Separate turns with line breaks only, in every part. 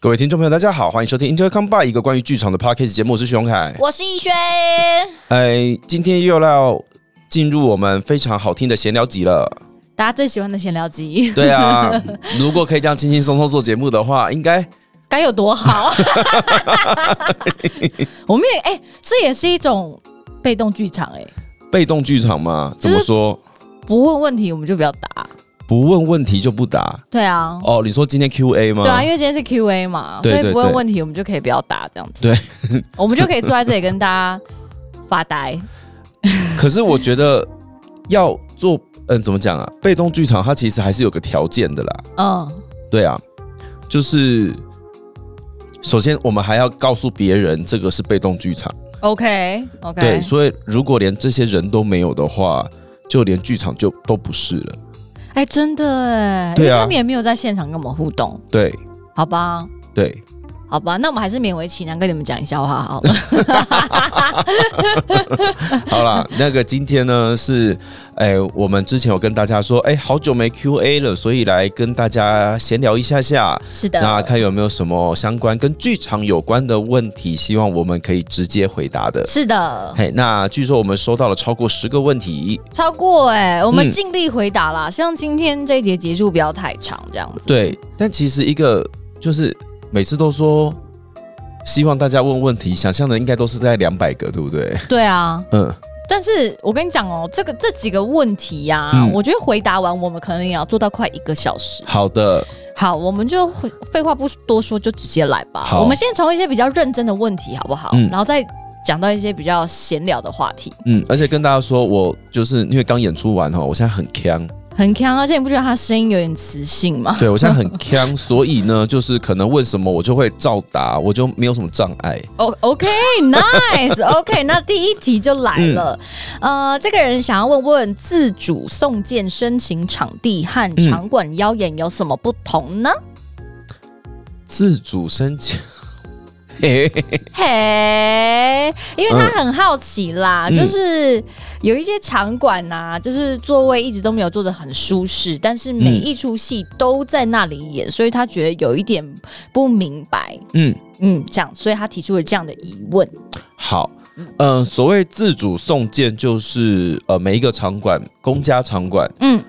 各位听众朋友，大家好，欢迎收听 Intercom Bar 一个关于剧场的 podcast 节目，我是徐荣 凯。
我是逸轩，
哎，今天又要进入我们非常好听的闲聊集 了。
大家最喜欢的闲聊集，
对啊，如果可以这样轻轻松松做节目的话，应该
该有多好！ 我们也哎、这也是一种被动剧场哎、
被动剧场嘛？怎
就是
么说？
不问问题我们就不要答。
不问问题就不答
对啊，
哦？你说今天 Q A 吗？
对啊，因为今天是 Q A 嘛，
哦对
所
对
以不问
对
问题我们就可以不要答这样子。
对，
我们就可以坐在这里跟大家发呆。
可是我觉得要做，嗯，怎么讲啊？被动剧场它其实还是有个条件的啦。
嗯，
对啊，就是首先我们还要告诉别人这个是被动剧场。
OK OK，
对，所以如果连这些人都没有的话，就连剧场就都不是了。
哎、真的哎、因
对啊
为他们也没有在现场跟我们互动，
对
好吧？
对，
好吧，那我们还是勉为其难跟你们讲一下话 好了。
好啦，那个今天呢是，哎、我们之前有跟大家说，哎、好久没 Q&A 了，所以来跟大家闲聊一下下，
是的，
那看有没有什么相关跟剧场有关的问题，希望我们可以直接回答的。
是的，
嘿，那据说我们收到了超过十个问题，
超过哎、我
嗯
们尽力回答啦，希望今天这一节结束不要太长，这样子。
对，但其实一个就是每次都说，希望大家问问题，想象的应该都是在两百个，对不对？
对啊，
嗯，
但是我跟你讲哦、这个这几个问题呀、
嗯
我觉得回答完我们可能也要做到快一个小时。
好的，
好，我们就回废话不多说，就直接来吧。
好
我们先从一些比较认真的问题好不好？
嗯
然后再讲到一些比较闲聊的话题。
嗯，而且跟大家说，我就是因为刚演出完哈，我现在很呛，
很强，而且你不觉得他声音有点磁性吗？
对我现在很 呛，所以呢，就是可能问什么我就会照答，我就没有什么障碍。
O 哦 OK nice OK，那第一题就来了。
嗯
呃，这个人想要问问自主送件申请场地和场馆邀演有什么不同呢？
自主申请，嘿嘿嘿
嘿，因为他很好奇啦，
嗯
就是有一些场馆呐、就是座位一直都没有坐得很舒适，但是每
嗯
一出戏都在那里演，所以他觉得有一点不明白。
嗯，
嗯，这样，所以他提出了这样的疑问。
好，嗯、所谓自主送件，就是呃，每一个场馆，公家场馆，
嗯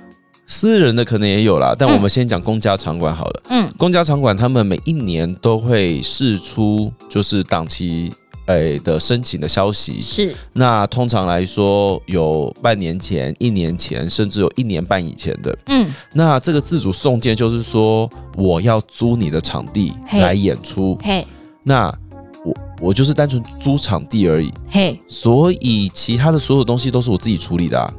私人的可能也有啦，但
嗯
我们先讲公家场馆好了。
嗯，
公家场馆他们每一年都会释出就是档期诶、的申请的消息，
是
那通常来说，有半年前、一年前，甚至有一年半以前的。
嗯。
那这个自主送件就是说，我要租你的场地
嘿
来演出。
嘿，
那我我就是单纯租场地而已，
嘿，
所以其他的所有东西都是我自己处理的、啊，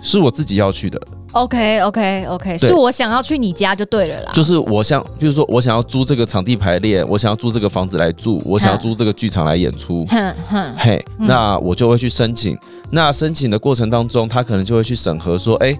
是我自己要去的。
OK OK OK，
对
是我想要去你家就对了啦。
就是我想，比如说我想要租这个场地排练，我想要租这个房子来住，我想要
嗯
租这个剧场来演出。
哼哼，
嘿，
嗯
那我就会去申请。那申请的过程当中，他可能就会去审核说，哎、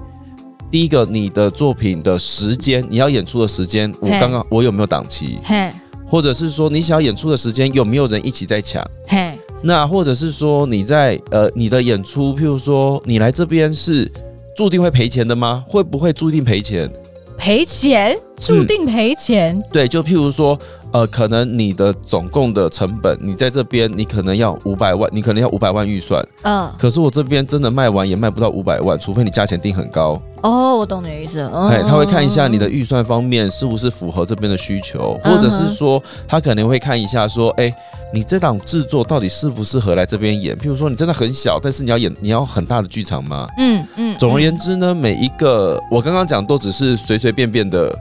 第一个你的作品的时间，你要演出的时间，我
嘿
刚刚我有没有档期，
嘿
或者是说你想要演出的时间有没有人一起在抢？
嘿，
那或者是说你在呃你的演出，譬如说你来这边是注定会赔钱的吗？会不会注定赔钱？
赔钱，注定赔钱。
对，就譬如说，呃，可能你的总共的成本，你在这边你可能要五百万，你可能要五百万预算，
嗯，
可是我这边真的卖完也卖不到五百万，除非你价钱定很高。
哦，我懂你的意思了。嗯
哎、他会看一下你的预算方面是不是符合这边的需
嗯
求，或者是说他可能会看一下说，哎、你这档制作到底适不适合来这边演？譬如说你真的很小，但是你要演你要很大的剧场吗？
嗯嗯，
总而言之呢，每一个我刚刚讲都只是随随便便的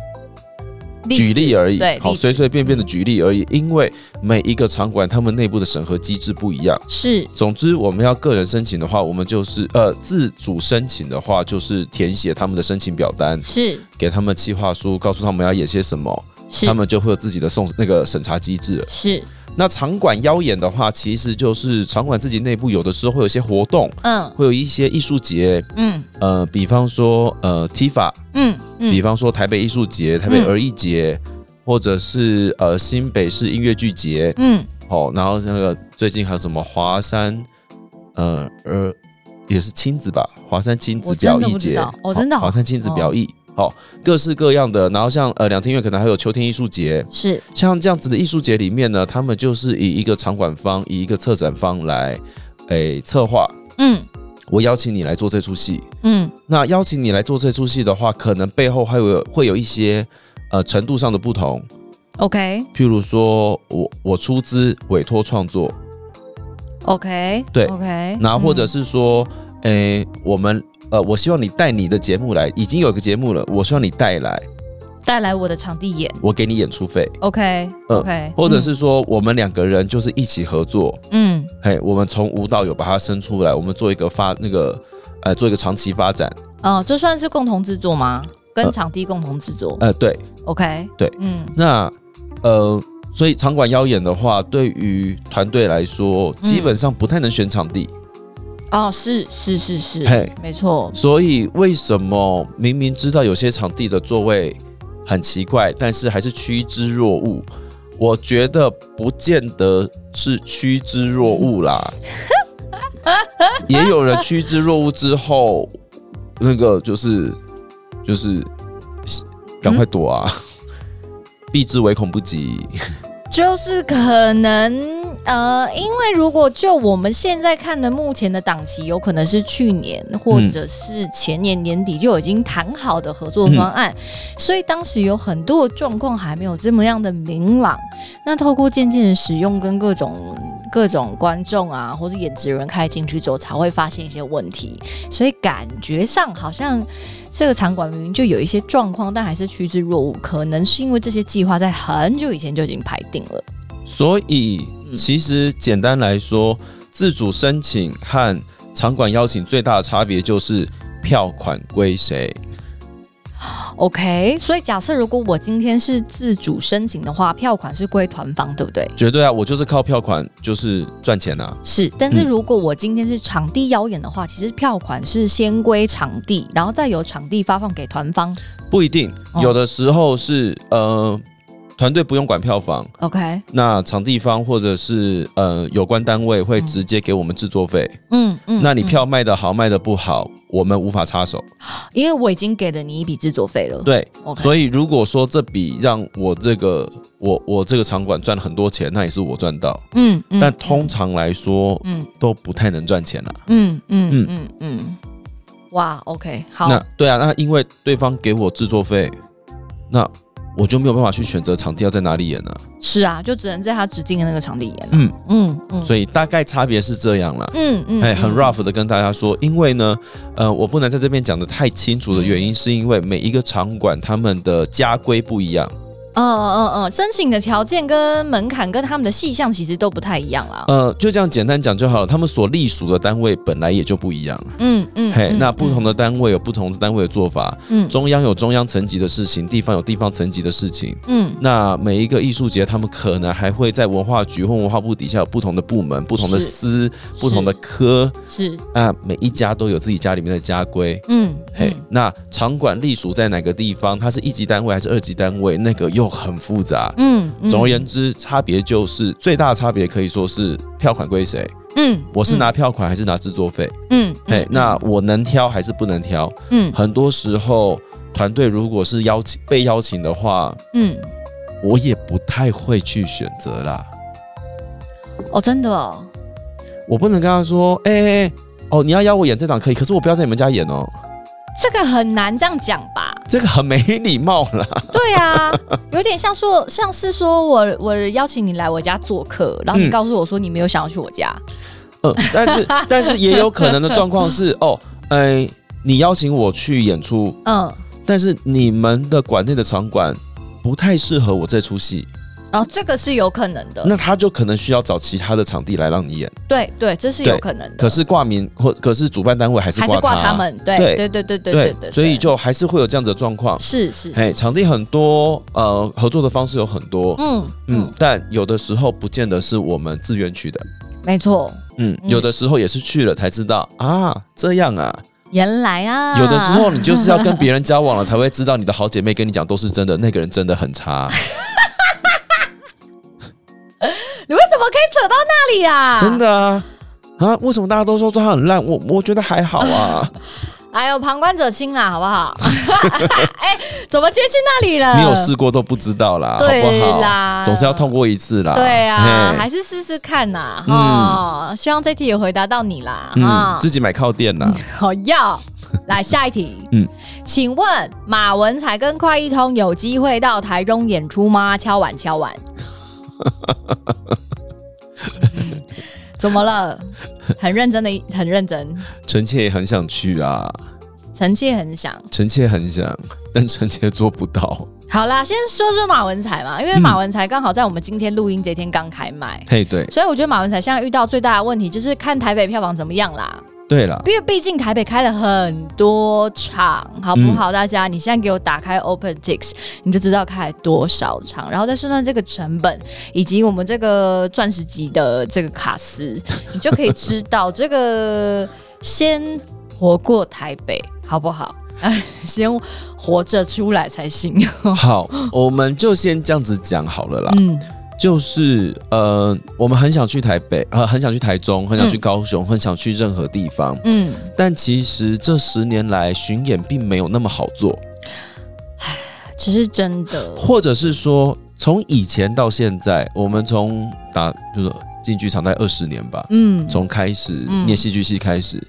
子
举例啊而已，
对，
好，
例子
随随便便的举例而已，因为每一个场馆他们内部的审核机制不一样。
是
总之，我们要个人申请的话，我们就是呃自主申请的话，就是填写他们的申请表单，
是
给他们企划书，告诉他们要演些什么，
是
他们就会有自己的送那个审查机制了。
是，
那场馆邀演的话，其实就是呃场馆自己内部有的时候会有一些活动，
嗯
会有一些艺术节，
嗯
呃，比方说呃 TIFA，
嗯
比
嗯，
方说台北艺术节、台北
嗯
儿艺节，或者是呃新北市音乐剧节，
嗯
哦，然后那个最近还有什么华山，呃呃，也是亲子吧，华山亲子
我真
表
的
艺
不知
节
道，哦真的哦
华山亲子表艺，好、各式各样的。然后像呃两厅院可能还有秋天艺术节，
是
像这样子的艺术节里面呢，他们就是以一个场馆方、以一个策展方来，诶、策划。
嗯
我邀请你来做这出戏，
嗯
那邀请你来做这出戏的话，可能背后还有会有一些呃程度上的不同，
，OK
譬如说我我出资委托创作，
OK，嗯
对
OK，
然后或者是说，诶、我们呃，我希望你带你的节目来，已经有个节目了，我希望你带来，
带来我的场地演
我给你演出费，
，OK
嗯
OK，
或者是说我们两个人就是一起合作，
嗯
嘿，我们从舞蹈有把它生出来，我们做一个发那个呃，做一个长期发展，
哦，这算是共同制作吗？跟
呃
场地共同制作
呃，对，
，OK，
对，
嗯
那呃。所以场馆邀演的话，对于团队来说，基本上不太能选场地。
哦，是是是是
嘿，
没错，
所以为什么明明知道有些场地的座位很奇怪，但是还是趋之若鹜？我觉得不见得是趋之若鹜啦，也有人趋之若鹜之后，那个就是就是赶快躲啊， 避之唯恐不及。
就是可能呃，因为如果就我们现在看的目前的档期，有可能是去年或者是前年年底就已经谈好的合作方案，所以当时有很多的状况还没有这么样的明朗。那透过渐渐的使用跟各种各种观众啊，或是演职人开进去之后，才会发现一些问题，所以感觉上好像。这个场馆明明就有一些状况，但还是趋之若鹜，可能是因为这些计划在很久以前就已经排定了。
所以
嗯
其实简单来说，自主申请和场馆邀请最大的差别就是票款归谁。
OK，所以假设如果我今天是自主申请的话，票款是归团方，对不对？
绝对啊，我就是靠票款就是赚钱啊。
是，但是如果我今天是场地邀演的话，其实票款是先归场地，然后再由场地发放给团方。
不一定，
哦
有的时候是呃，团队不用管票房，
OK，
那场地方或者是呃有关单位会直接给我们制作费。
嗯嗯
那你
嗯
票卖的好，卖的不好，我们无法插手。
因为我已经给了你一笔制作费了。
对，
嗯，OK，
所以如果说这笔让我这个我我这个场馆赚很多钱，那也是我赚到。
嗯嗯
但通常来说
嗯
都不太能赚钱啦。
嗯嗯
嗯
嗯嗯，哇，OK，好，
那对啊，那因为对方给我制作费，那我就没有办法去选择场地要在哪里演啊。
是啊，就只能在他指定的那个场地演。
嗯，
嗯嗯，
所以大概差别是这样啦。
嗯嗯，
哎，很
嗯
rough 的跟大家说，因为呢，呃，我不能在这边讲的太清楚的原因，是因为每一个场馆他们的家规不一样。
嗯嗯嗯，申请的条件跟门槛跟他们的细项其实都不太一样啦。
呃，就这样简单讲就好了。他们所隶属的单位本来也就不一样。
嗯嗯，
嘿
嗯，
那不同
嗯
的单位有不同的单位的做法，
嗯
中央有中央层级的事情，地方有地方层级的事情。
嗯
那每一个艺术节，他们可能还会在文化局或文化部底下有不同的部门、不同的
是
司、不同
是
的科
是
啊，每一家都有自己家里面的家规。
嗯
嘿
嗯
那场馆隶属在哪个地方？它是一级单位还是二级单位？那个又很复杂。
嗯，嗯
总而言之，差别就是最大的差别可以说是票款归谁，
嗯，
我是拿票款还是拿制作费？
嗯嗯
嘿
嗯，
那我能挑还是不能挑？
嗯
很多时候，团队如果是邀请被邀请的话，
嗯
我也不太会去选择啦。
哦，真的哦，
我不能跟他说，哎、哎哎，哦，你要邀我演这档可以，可是我不要在你们家演哦，
这个很难这样讲 吧？
这个很没礼貌啦。
对啊，有点像说像是说我我邀请你来我家做客，然后你
嗯
告诉我说你没有想要去我家，
嗯，但是但是也有可能的状况是， 哦，哎、你邀请我去演出，
嗯，
但是你们的馆内的场馆不太适合我这出戏，
然后这个是有可能的，
那他就可能需要找其他的场地来让你演。
对对，这是有
对
可能的，
可是挂名或可是主办单位还是
还是
挂
挂
他
他们，对
对
对对对对
对
对对，
所以就还是会有这样子的状况。
是是，
哎，
是
场地很多，呃，合作的方式有很多，
嗯
嗯
嗯，，
但有的时候不见得是我们自愿去的，
没错，
嗯，
嗯
有的时候也是去了才知道啊，这样啊，
原来啊，
有的时候你就是要跟别人交往了，才会知道你的好姐妹跟你讲都是真的，那个人真的很差，
你为什么可以扯到那里啊？
真的啊啊，为什么大家都说他很烂？我我觉得还好啊，
哎呦，旁观者清啦，好 不好？哎，怎么接去那里了？
你有试过都不知道啦，好不
对
好？
啦，
总是要痛过一次啦。
对啊，
嘿
还是试试看呐、哦，希望这题也回答到你啦。
嗯
啊、，
自己买靠垫 啦。
好要来下一题。
嗯
嗯，请问马文才跟快一通有机会到台中演出吗？敲碗 敲碗。嗯怎么了？很认真的，很认真。
臣妾也很想去啊，
臣妾很想。
臣妾很想，但臣妾做不到。
好啦，先说说马文才嘛，因为马文才刚好在我们今天录音这天刚开卖，
嘿，对，
所以我觉得马文才现在遇到最大的问题就是看台北票房怎么样啦。
对啦，
因为毕竟台北开了很多场，好不好？大家，你现在给我打开 OpenTix，你就知道开了多少场，然后再算算这个成本，以及我们这个钻石级的这个卡司，你就可以知道这个先活过台北，好不好？ 先活着出来才行。
好，我们就先这样子讲好了啦。
哦嗯
就是呃，我们很想去台北，呃，很想去台中，很想去高雄，很想去任何地方。
嗯，
但其实这十年来巡演并没有那么好做，
这是真的。
或者是说从以前到现在，我们从打就是进剧场在二十年吧，
嗯，
从开始
嗯
念戏剧系开始，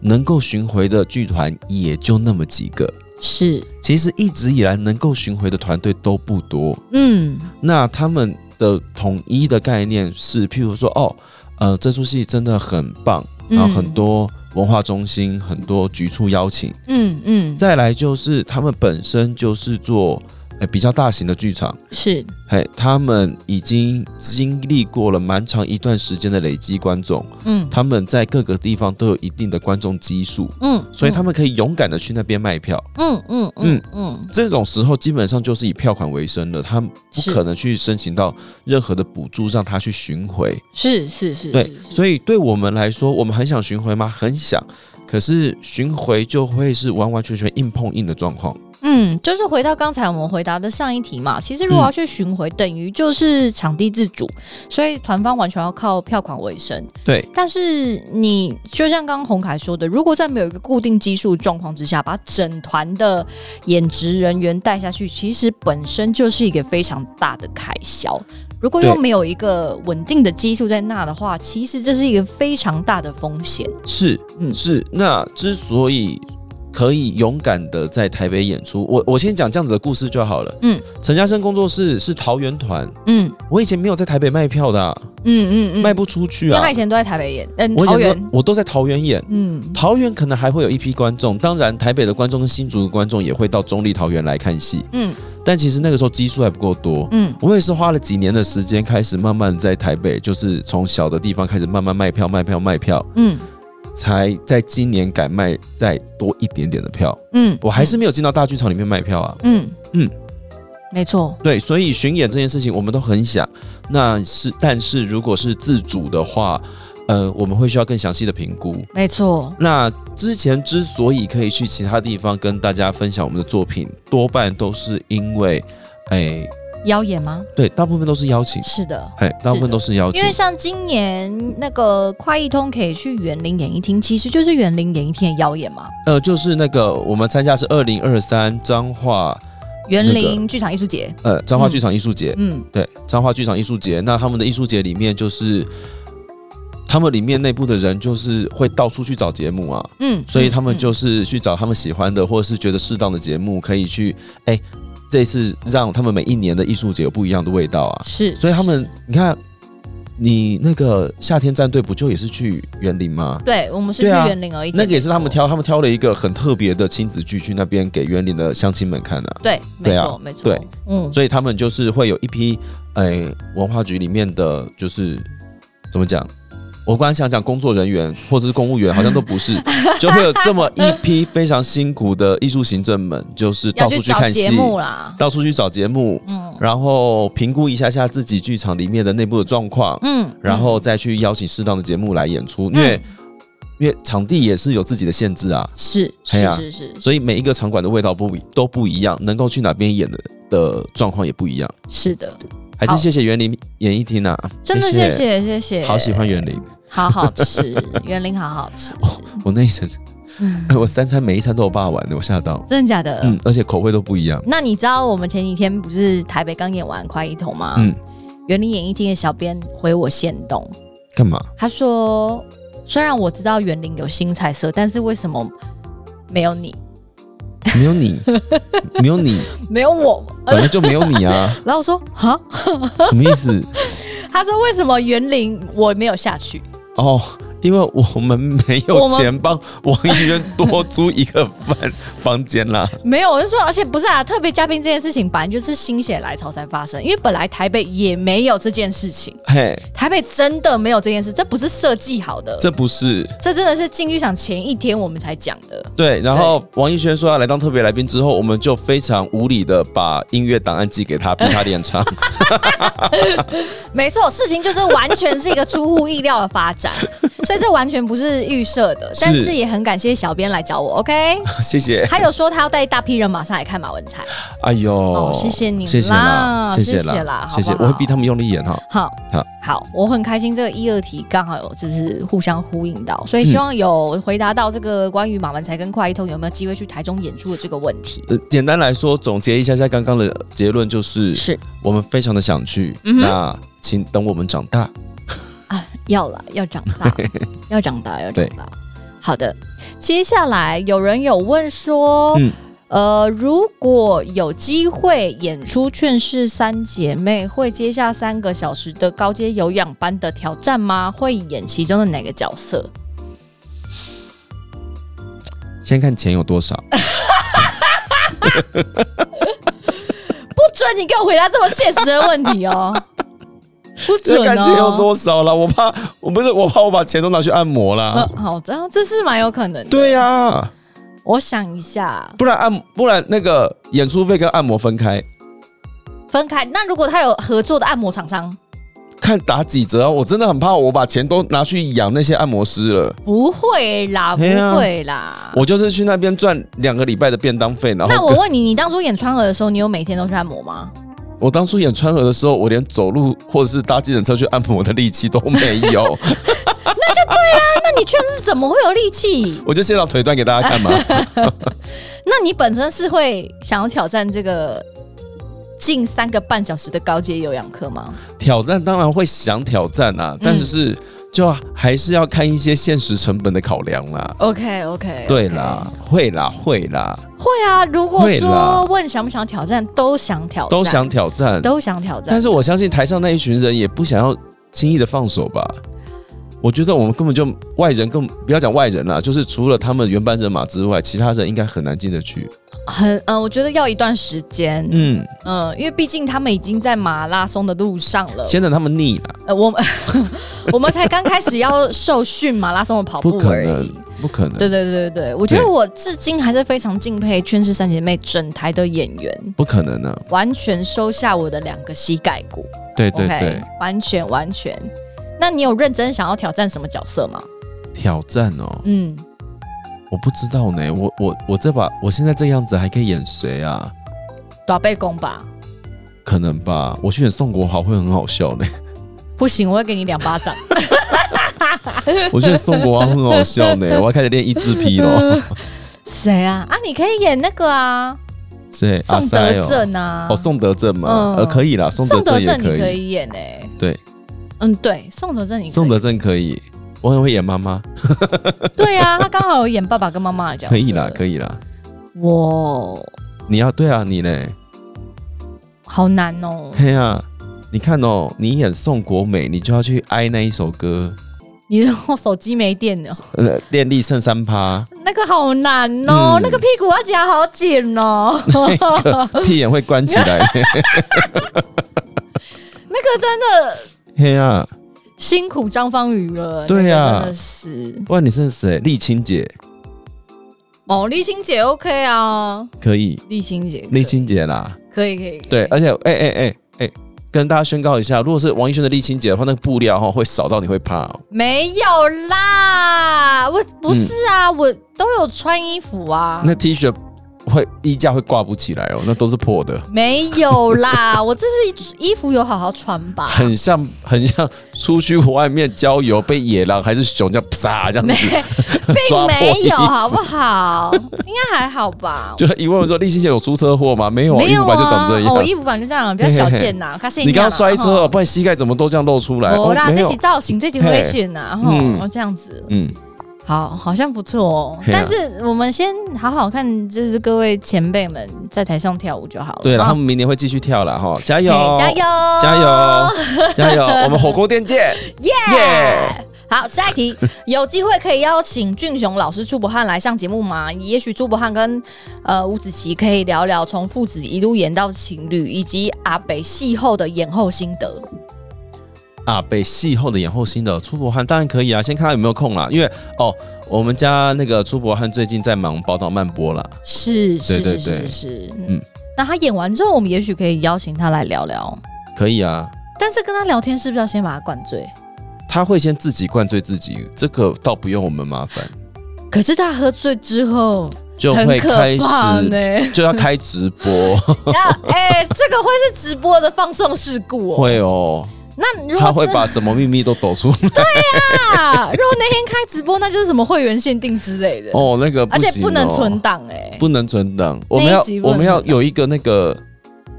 能够巡回的剧团也就那么几个。
是，
其实一直以来能够巡回的团队都不多，
嗯
那他们的统一的概念是，譬如说，哦，呃，这出戏真的很棒，
嗯
然后很多文化中心、很多局处邀请，
嗯嗯，
再来就是他们本身就是做呃比较大型的剧场，
是，
嘿，他们已经经历过了蛮长一段时间的累积观众，
嗯
他们在各个地方都有一定的观众基数，
嗯，
所以他们可以勇敢的去那边卖票。
嗯嗯嗯嗯，
这种时候基本上就是以票款为生了，他不
是
可能去申请到任何的补助让他去巡回。
是是是，
对
是，
所以对我们来说，我们很想巡回吗？很想，可是巡回就会是完完全全硬碰硬的状况。
嗯，就是回到刚才我们回答的上一题嘛，其实如果要去巡回，等于就是场地自主，所以团方完全要靠票款为生。
对，
但是你就像刚刚洪凯说的，如果在没有一个固定基数的状况之下，把整团的演职人员带下去，其实本身就是一个非常大的开销。如果又
对
没有一个稳定的基数在那的话，其实这是一个非常大的风险。
是，
嗯
是。那之所以可以勇敢的在台北演出，我我先讲这样子的故事就好了。
嗯，
陈嘉生工作室是桃园团，
嗯
我以前没有在台北卖票的啊、
嗯嗯嗯，
卖不出去
因为
啊
他以。前都在台北演，嗯、
我以前
桃
都
园，
我都在桃园演。
嗯，
桃园可能还会有一批观众，当然台北的观众跟新竹的观众也会到中立桃园来看戏，
嗯
但其实那个时候基数还不够多。
嗯
我也是花了几年的时间，开始慢慢在台北，就是从小的地方开始慢慢卖票、卖票、卖票，
嗯
才在今年敢卖再多一点点的票。
嗯，
我还是没有进到大剧场里面卖票啊。
嗯
嗯
嗯，没错，
对，所以巡演这件事情我们都很想，那是但是如果是自主的话，呃，我们会需要更详细的评估。
没错，
那之前之所以可以去其他地方跟大家分享我们的作品，多半都是因为，哎、
妖冶吗？
对，大部分都是邀请，
是的。
哎、大部分都是邀
因
请
为，像今年那个快易通可以去园林演艺厅，其实就是园林演艺厅的妖演嘛，
呃，就是那个我们参加是二零二三彰化，
园林剧场艺术节。
呃，彰化剧场艺术节，
嗯
对，彰化剧场艺术节，那他们的艺术节里面就是。他们里面内部的人就是会到处去找节目啊，
嗯，
所以他们
嗯
就是去找他们喜欢的，或者是觉得适当的节目，可以去哎、这一次让他们每一年的艺术节有不一样的味道啊
嗯。是，
所以他们，你看，你那个夏天战队不就也是去园林吗
是？对我们是去
对啊
园林而已，
那个也是他们
没错。
挑，他们挑了一个很特别的亲子剧去那边给园林的乡亲们看啊。
对，没
对啊
错，没错。
对，
嗯，
所以他们就是会有一批，哎、文化局里面的就是怎么讲？我刚才想讲工作人员或者是公务员，好像都不 是，就会有这么一批非常辛苦的艺术行政们，就是
要
到处去
找
看戏
节，目啦。
到处去找节目，
嗯
然后评估一下下自己剧场里面的内部的状况，
嗯，
然后再去邀请适当的节目来演出，因
嗯
为因为场地也是有自己的限制啊，
是
哎
是
呀
是是
所以每一个场馆的味道不一都不一样，能够去哪边演的的状况也不一样。
是的，
还是谢谢园林演艺厅啊，
真的谢谢谢谢，
好喜欢园林。
好好吃，园林好好吃。
我那一阵
嗯
我三餐每一餐都有办法玩的，我吓到。
真的假的？
嗯，而且口味都不一样。
那你知道我们前几天不是台北刚演完《快一统》吗？
嗯，
园林演艺厅的小编回我现动，
干嘛？
他说：“虽然我知道园林有新菜色，但是为什么没有你，
没有你，没有你，
没有我
本来就没有你 啊？”？
然后我说：“哈。
什么意思？”
他说：“为什么园林我没有下去
哦，因为我们没
我
有
们
钱帮王艺轩多租一个饭房间 啦。？”
没有，我就说，而且不是啊，特别嘉宾这件事情本来就是心血来潮才发生，因为本来台北也没有这件事情，
嘿，
台北真的没有这件事，这不是设计好的，
这不是
这真的是进剧场前一天我们才讲的。
对。然后王艺轩说要来当特别来宾之后，我们就非常无理的把音乐档案寄给他，逼他练 唱。
没错，事情就是完全是一个出乎意料的发 展，所以这完全不是预设的。
是
但是也很感谢小编来找我，OK？
谢谢。
他有说他要带一大批人马上来看马文才，
哎呦，
哦谢谢你
谢谢啦
啦，
谢谢
谢谢
啦
啦，
谢谢。
好不
我
好
会逼他们用力演哈。
好，
好，
我很开心这个一二题刚好有就是互相呼应到，所以希望有回答到这个关于马文才跟快一通有没有机会去台中演出的这个问题。
呃，简单来说，总结一下下刚刚的结论就是，
是
我们非常的想去。
嗯哼
那请等我们长大。
啊，要了，要长 大，要长大，要长
对
大。好的，接下来有人有问说，
嗯
呃，如果有机会演出《劝世三姐妹》，会接下三个小时的高阶有氧班的挑战吗？会演其中的哪个角色？
先看钱有多少。
不准你给我回答这么现实的问题哦！ 不
这
准
看钱有
哦！
多少了？我怕，我不是我怕我把钱都拿去按摩啦。
嗯、 好，这样这是蛮有可能的。
对呀、啊
我想一下，
不然按不然那个演出费跟按摩分开，
分开。那如果他有合作的按摩厂商，
看打几折啊！我真的很怕我把钱都拿去养那些按摩师了。
不会啦，不
嘿啊
会啦。
我就是去那边赚两个礼拜的便当费，然
那
后
我
跟
问你，你当初演川儿的时候，你有每天都去按摩吗？
我当初演川河的时候，我连走路或者是搭计程车去按摩的力气都没 有，
那你确实怎么会有力气？
我就现场腿断给大家看 嘛。
那你本身是会想要挑战这个近三个半小时的高阶有氧课吗？
挑战当然会想挑战
嗯
啊，但是就还是要看一些现实成本的考量啦。
OK OK，
对啦，会啦，会啦，
会啊。如果
会啦
说问想不想挑战，都想挑战，
都想挑战，
都想挑战
但。是我相信台上那一群人也不想要轻易的放手吧。我觉得我们根本就外人，更不要讲外人啦，就是除了他们原班人马之外，其他人应该很难进得去。
很嗯、呃我觉得要一段时间，嗯、
嗯，
因为毕竟他们已经在马拉松的路上了。
先等他们腻了，
呃，我们 我们才刚开始要受训马拉松的跑
不
步
可
而
能
已。，
不可能，
对对对对对，我觉得我至今还是非常敬佩《圈氏三姐妹》整台的演员，
不可能啊！
完全收下我的两个膝盖骨。
对对对
OK，完全完全。那你有认真想要挑战什么角色吗？
挑战哦，
嗯，
我不知道呢，我我我这把我现在这样子还可以演谁啊？
短背弓吧，
可能吧，我去演宋国豪会很好笑呢，
不行，我会给你两巴掌。
我觉得宋国豪很好笑呢，我要开始练一字批 喽。
谁啊？啊，你可以演那个啊，
对，阿
宋
塞
德
哦。
正啊。
哦，宋德正嘛，
嗯
呃，可以啦，宋德
宋德
正也
正你
可
可
以，
以演哎、
对，
嗯，对，宋德正你可以
宋德正可以，我很会演妈妈，
对啊，他刚好有演爸爸跟妈妈的角色。
可以啦，可以啦，
哇，
你要对啊，你嘞，
好难哦。
嘿啊，你看哦，你演宋国美，你就要去挨那一首歌，
你我手机没电了，
呃，电力剩三趴，
那个好难哦，
嗯
那个屁股要夹好紧 哦，那
屁眼会关起来，
个真的
嘿啊，
辛苦张方宇了。
对啊
那个真的是
不然你是谁？丽青姐
哦，丽欣姐 OK 啊，
可以，
丽欣姐可以，
丽青姐啦，
可以可以，可以
对，，而且，哎哎哎哎，跟大家宣告一下，如果是王一轩的丽青姐的话，那个布料哈会少到你会怕哦，
没有
嗯
啦，我不是啊，我都有穿衣服啊，
那 T 恤。会衣架会挂不起来哦，那都是破的，
没有啦，我这是衣服有好好穿吧？
很像很像出去外面郊游被野狼还是熊这样啪这样
没
子，，抓
并
破
没
衣
有，好不好？应该还好吧？
就一问我说丽欣姐有出车祸吗？没有啊，
没
衣
有
服本来就长这
啊，我
样。
衣服版就这样，比较小件呐。看
你刚刚摔车哦，不然膝盖怎么都这样露出来？
哦
哦，
啊啦，
没
这
有
起，造型，这集危险呐，吼
嗯
哦，这样子，
嗯，
好，好像不错哦。
嘿啊
但是我们先好好看，就是各位前辈们在台上跳舞就好了。
对了，
啊
他们明年会继续跳了哈，加油，
嘿加油，
加 油，加油！我们火锅店见，
耶、
耶
好，下 一题，有机会可以邀请俊雄老师、朱伯汉来上节目吗？也许朱伯汉跟呃吴子琪可以聊聊从父子一路演到情侣，以及阿北戏后的演后心得。
啊！北戏后的演后心的出博汉当然可以啊，先看他有没有空啦。因为哦，我们家那个出博汉最近在忙宝岛漫播啦。
是是
对对
是是
对
是是，嗯
嗯。
那他演完之后，我们也许可以邀请他来聊聊。
可以啊。
但是跟他聊天是不是要先把他灌醉？
他会先自己灌醉自己，这个倒不用我们麻烦，
可是他喝醉之后
就
很
会
可
开
怕呢
始。 就要开直 播，
啊，哎、这个会是直播的放送事故哦。
会哦，
那如果
他会
真的
把什么秘密都抖出来
啊！如果那天开直播，那就是什么会员限定之类的，
哦，那个不
而且
行、哦，
不能存，档哎、
不哦能存档，我们要
集不能
我们要
存档
有一个那个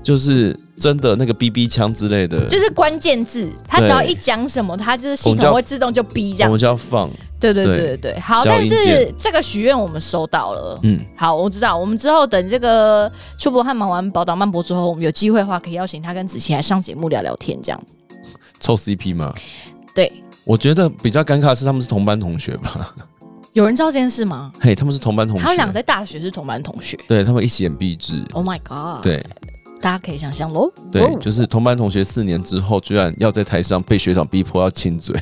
就是真的那个 BB 枪之类的，
就是关键字，他只
对
要一讲什么，他就是系统会自动就逼
我
这样
们。就要放，
对对对
对
对对，好，
小
但
零
是
件
这个许愿我们收到了。
嗯，
好，我知道，我们之后等这个出博汉忙完宝岛漫博之后，我们有机会的话，可以邀请他跟子琪来上节目聊聊天，这样。
凑 CP 嘛。
对，
我觉得比较尴尬的是他们是同班同学吧？
有人知道这件事吗？
嘿，他们是同班同学，
他们俩在大学是同班同学。
对他们一起演壁纸，
Oh my god！，
对
大家可以想象喽。
对，
哦
就是同班同学四年之后，居然要在台上被学长逼迫要亲嘴。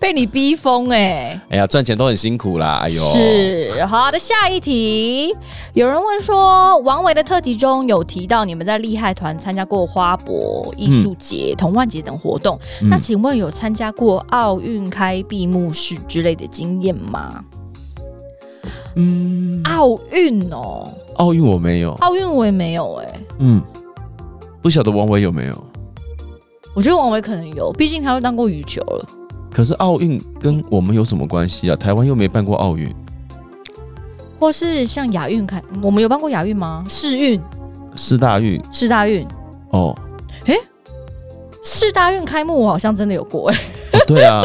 被你逼疯哎、
哎呀，赚钱都很辛苦啦，哎呦，
是好的，下一题，有人问说，王维的特辑中有提到你们在厉害团参加过花博、艺术节、童万节等活动，
嗯
那请问有参加过奥运开闭幕式之类的经验吗？
嗯，
奥运哦，
奥运我没有，
奥运我也没有哎、
嗯，不晓得王维有没有。
我觉得王维可能有，毕竟他都当过羽球了。
可是奥运跟我们有什么关系啊？台湾又没办过奥运，
或是像亚运开，我们有办过亚运吗？世运、
四大运
世大运、
哦，
世大运开幕，我好像真的有过哎、
哦对啊，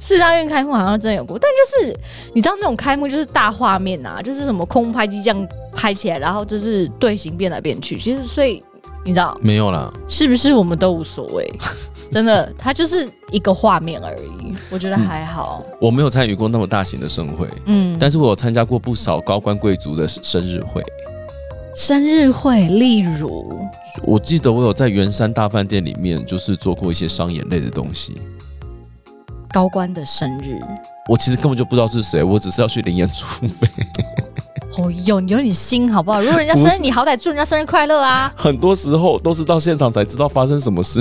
四大运开幕好像真的有过，但就是你知道那种开幕就是大画面啊，就是什么空拍机这样拍起来，然后就是队形变来变去。其实所以你知道
没有啦，
是不是我们都无所谓，真的，它就是一个画面而已，我觉得还好。
我没有参与过那么大型的盛会，
嗯，
但是我有参加过不少高官贵族的生日会。
生日会，例如
我记得我有在圆山大饭店里面，就是做过一些商演类的东西。
高官的生日，
我其实根本就不知道是谁，我只是要去领演出费。
哦哟，你有点心好不 好？如果人家生
不
日，你好歹祝人家生日快乐啊！
很多时候都是到现场才知道发生什么 事。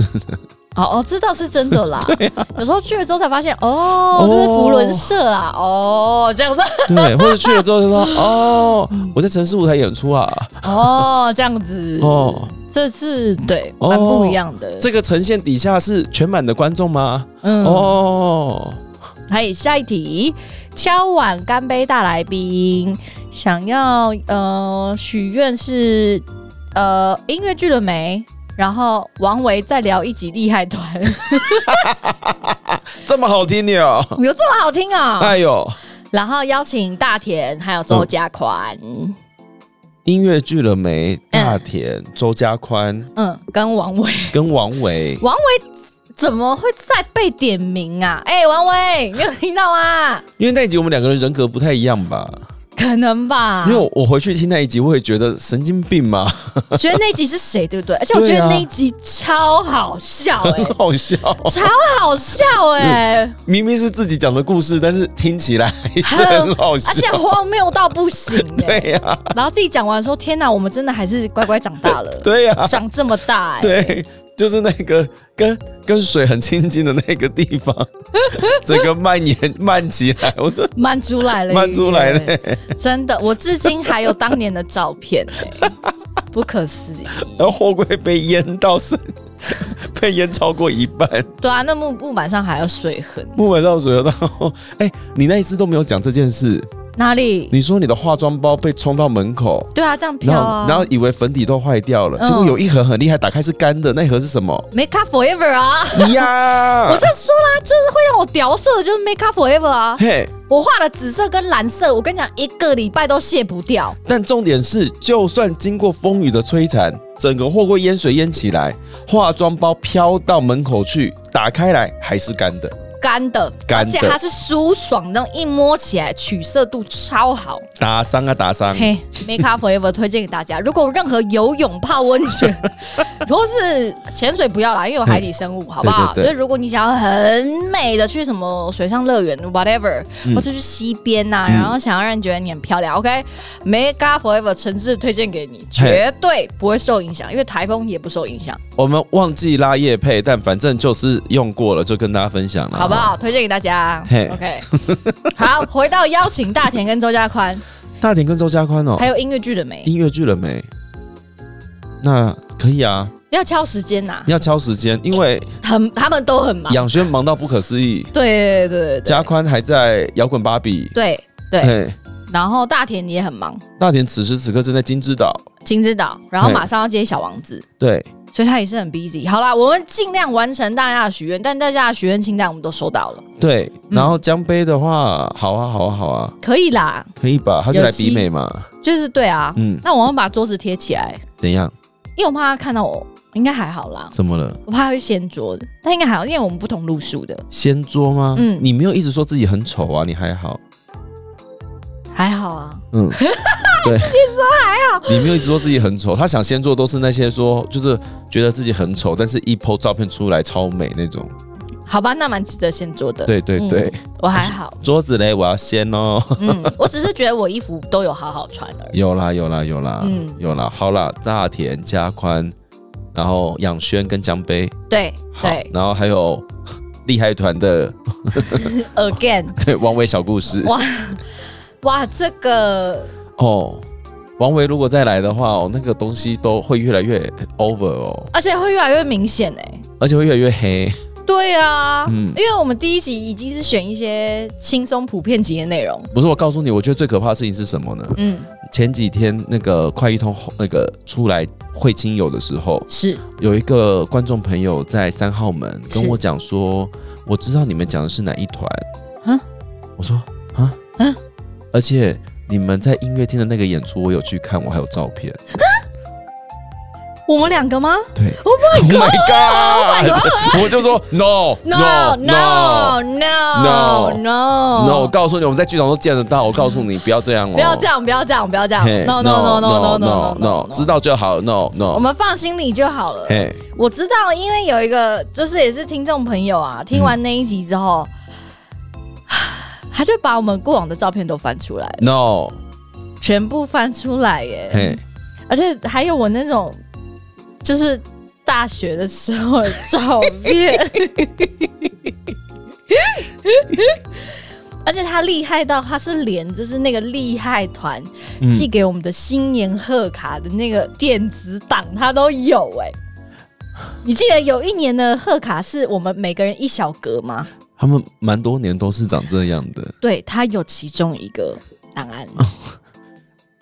哦哦，这倒是真的 啦。
啊
有时候去了之后才发现，哦，这是福伦社啊，哦，这样子。
对，或者去了之后就说哦，
嗯
我在城市舞台演出啊，
哦，这样子，
哦，
这次对，
哦
蛮不一样的。
这个呈现底下是全满的观众吗？
嗯，
哦，
还下一题，敲碗干杯大来宾，想要呃许愿是呃音乐剧了没？然后王维再聊一集厉害团，
这么好听的哦，
有这么好听啊、
哎嗯呦，
然后邀请大田还有周家宽，
音乐剧了没？大田、周家宽
嗯，跟王维
跟王维，
怎么会再被点名啊？哎、王维，你有听到吗？
因为那一集我们两个人人格不太一样吧？
可能吧，
因为我我回去听那一集，我也觉得神经病嘛，
觉得那一集是谁，对不对？而且我觉
对
得
啊
那一集超好笑哎、
很 好笑。
超好笑哎、
明明是自己讲的故事，但是听起来还是很好
而且
笑。
荒谬到不行 哎、
对啊呀、
然后自己讲完说：“天哪，我们真的还是乖乖长大了，
啊对呀、
长这么大哎、
对就是那个跟跟水很亲近的那个地方，整个蔓延漫起来，我都
漫出来了，欸
漫出来了。
真的，我至今还有当年的照片、 欸，不可思议。
然后货柜被淹到是 被淹超过一半，
对啊，那木木板上还有水痕，
木板上水了。然后，哎、你那一次都没有讲这件事，
哪里？
你说你的化妆包被冲到门口。
对啊，这样
然
飘
后，
啊。
然后以为粉底都坏掉了，
嗯
结果有一盒很厉害，打开是干的，那一盒是什么？
Make up forever 啊！
呀，
我就说啦，就是会让我掉色的，就是 Make up forever 啊！
嘿，
我画了紫色跟蓝色，我跟你讲，一个礼拜都卸不掉。
但重点是，就算经过风雨的摧残，整个货柜淹水淹起来，化妆包飘到门口去，打开来还是干的。
干的，
干的
而且它是舒爽，那种一摸起来取色度超好。
打伤啊打伤，
嘿、m a k e Up Forever 推荐给大家。如果有任何游泳、泡温 泉，或是潜水不要啦，因为有海底生物，好不好？
对对对
就是如果你想要很美的去什么水上乐园，whatever，、或者去溪边呐、
嗯
然后想要让你觉得你很漂亮，OK，Make、Up Forever 诚挚推荐给你，绝对不会受影响，因为台风也不受影响，
我们忘记拉叶配，但反正就是用过了，就跟大家分享了，
好不？好？推荐给大家
嘿。
OK，好，回到邀请大田跟周家宽。
大田跟周家宽哦，
还有音乐剧的没？
音乐剧了没？那可以啊，
要敲时间呐、
要敲时间，因为
很他们都很哎忙。
杨轩忙到不可思议，
对对对对对
家宽还在摇滚芭比，
对对，
嘿，
然后大田也很忙，
大田此时此刻正在金之岛，
金之岛，然后
嘿
马上要接小王子，
对，
所以他也是很 busy。好啦，我们尽量完成大家的许愿，但大家的许愿清单我们都收到了，
对，
嗯
然后江杯的话，好啊，好啊，好啊，
可以啦，
可以吧？他就来
有机
比美嘛，
就是对啊。
嗯，
那我们把桌子贴起来，
怎样？
因为我怕他看到我，应该还好啦。
怎么了？
我怕他会掀桌子，但应该还好，因为我们不同路数的，
掀桌吗？嗯
嗯，
你没有一直说自己很丑啊，你还好，
还好啊。
嗯， 对，你说还好，你没有一直说自己很丑，他想掀桌都是那些说就是觉得自己很丑，但是一 po 照片出来超美那种，
好吧，那蛮值得掀桌的。
对对对，
我还 好，
桌子嘞，我要掀哦，
嗯，我只是觉得我衣服都有好好穿而已。
有啦有啦有啦，
嗯
有啦，好啦，大田加宽，然后养轩跟江杯，
对
好
对，
然后还有 厉害团的
，again，
对，王维小故事
哇哇，这个
哦。王维如果再来的话哦，那个东西都会越来越 over 哦，
而且会越来越明显哎。
而且会越来越黑。
对啊，
嗯
因为我们第一集已经是选一些轻松普遍级的内容，
不是我告诉你，我觉得最可怕的事情是什么呢？
嗯，
前几天那个快一通那个出来会亲友的时候，
是
有一个观众朋友在三号门跟
是
我讲说，我知道你们讲的是哪一团
啊
我说啊
啊
而且你们在音乐厅的那个演出，我有去看，我还有照片。
我们两个吗
对
Oh
my god！Oh
my
god！我就说 no
？No no
no
no no
no！我告诉你，我们在剧场都见得到。我告诉你，不要这样哦，
不要这样，不要这样，不要这样
嘿。
No no no no no no no
no，知。道就好，no
我
no。
们放心里就好了。
嘿，
我知道，因为有一个就是也是听众朋友啊，听完那一集之后， 他就把我们过往的照片都翻出来了，
no，
全部翻出来耶，
嘿，
而且还有我那种就是大学的时候的照片。而且他厉害到，他是连就是那个厉害团
嗯
寄给我们的新年贺卡的那个电子档，它都有哎、你记得有一年的贺卡是我们每个人一小格吗？
他们蛮多年都是长这样的。
对，它有其中一个档案
哦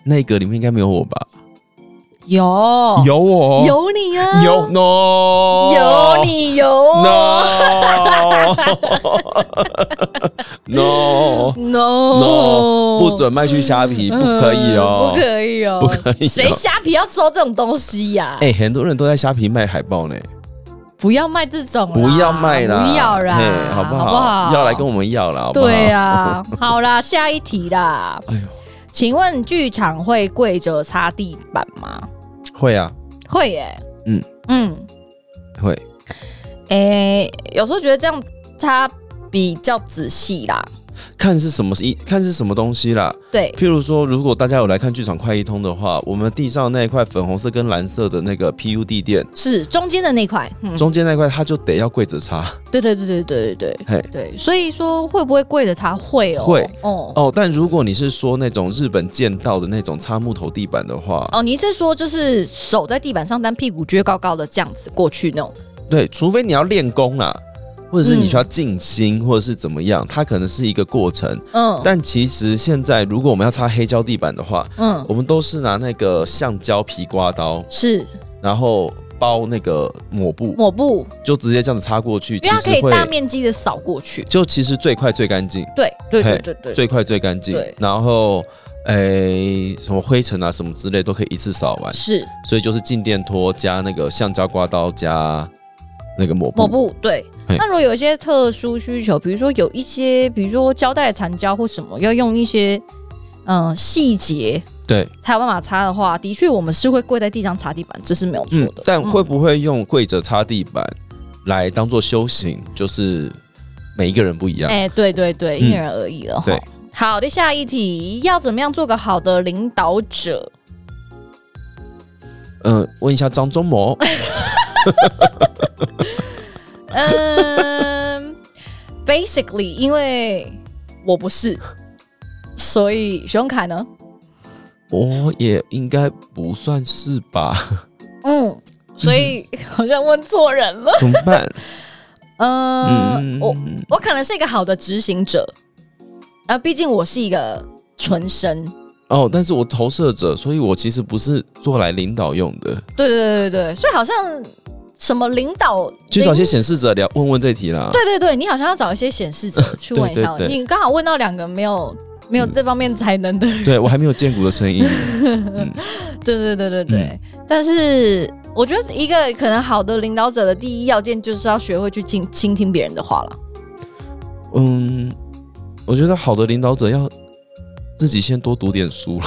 那个里面应该没有我吧？
有
有我，
哦有你啊，
有 no，
有你哦有我
no no no，
no
不准卖去虾皮，不可以哦
嗯不。可以哦，
不可以哦
谁虾皮要收这种东西呀、
哎，很多人都在虾皮卖海报呢，
不要卖这种啦，
不要卖啦，
不要
嘿
啦，
好不
好？好
要来跟我们要啦，好不好？
对啊 呀、好啦，下一题啦。
哎呦
请问剧场会跪着擦地板吗？
会啊，
会耶、
嗯
嗯，
会，
诶、有时候觉得这样擦比较仔细啦。
看是什么一看是什么东西啦。
对，
譬如说，如果大家有来看剧场快一通的话，我们地上那一块粉红色跟蓝色的那个 PUD 垫，
是中间的那块，嗯，
中间那块它就得要跪着擦。
对对对对对对
嘿
对对，所以说会不会跪着擦会哦，
会
哦哦
哦，但如果你是说那种日本剑道的那种擦木头地板的话，
哦你是说就是手在地板上，但屁股撅高高的这样子过去那种？
对，除非你要练功啦，或者是你
嗯
需要静心，或者是怎么样，它可能是一个过程。
嗯
但其实现在如果我们要擦黑胶地板的话，
嗯，
我们都是拿那个橡胶皮刮刀，
是
然后包那个抹布，
抹布，
就直接这样子擦过去，
因
其
为它可
实
以
会
大面积的扫过去。
就其实最快最干净，
对对
嘿
对对对，
最快最干净
对。
然后，诶、什么灰尘啊什么之类都可以一次扫完，
是
所以就是静电拖加那个橡胶刮刀加那个抹布。
抹布对。
嗯嘿
那如果有一些特殊需求，比如说有一些，比如说胶带、缠胶或什么，要用一些嗯细节
对，
才有办法擦的话，的确我们是会跪在地上擦地板，这是没有错
嗯
的。，
但
嗯
会不会用跪着擦地板来当做修行？就是每一个人不一样。
哎、对对对，
嗯
因人而异了哈
对。
好的，下一题，要怎么样做个好的领导 者？
嗯、问一下张忠谋，
嗯，basically，因为我不是，所以熊凯呢？
我也应该不算是 吧？
嗯，所以好像问错人了。
怎么办？
嗯，
嗯，
我我可能是一个好的执行者，啊，毕竟我是一个纯生。
哦，但是我投射者，所以我其实不是做来领导用的。
对对对对对，所以好像什么领导
去找一些
领
显示者聊，问问这题啦。
对对对，你好像要找一些显 示者去问一下我，
对对对嗯
你刚好问到两个没有没有这方面才能的人，
对，我还没有见骨的声音。
对对对对对。
嗯
但是我觉得一个可能好的领导者的第一要件就是要学会去倾倾听别人的话了。
嗯，我觉得好的领导者要自己先多读点书了。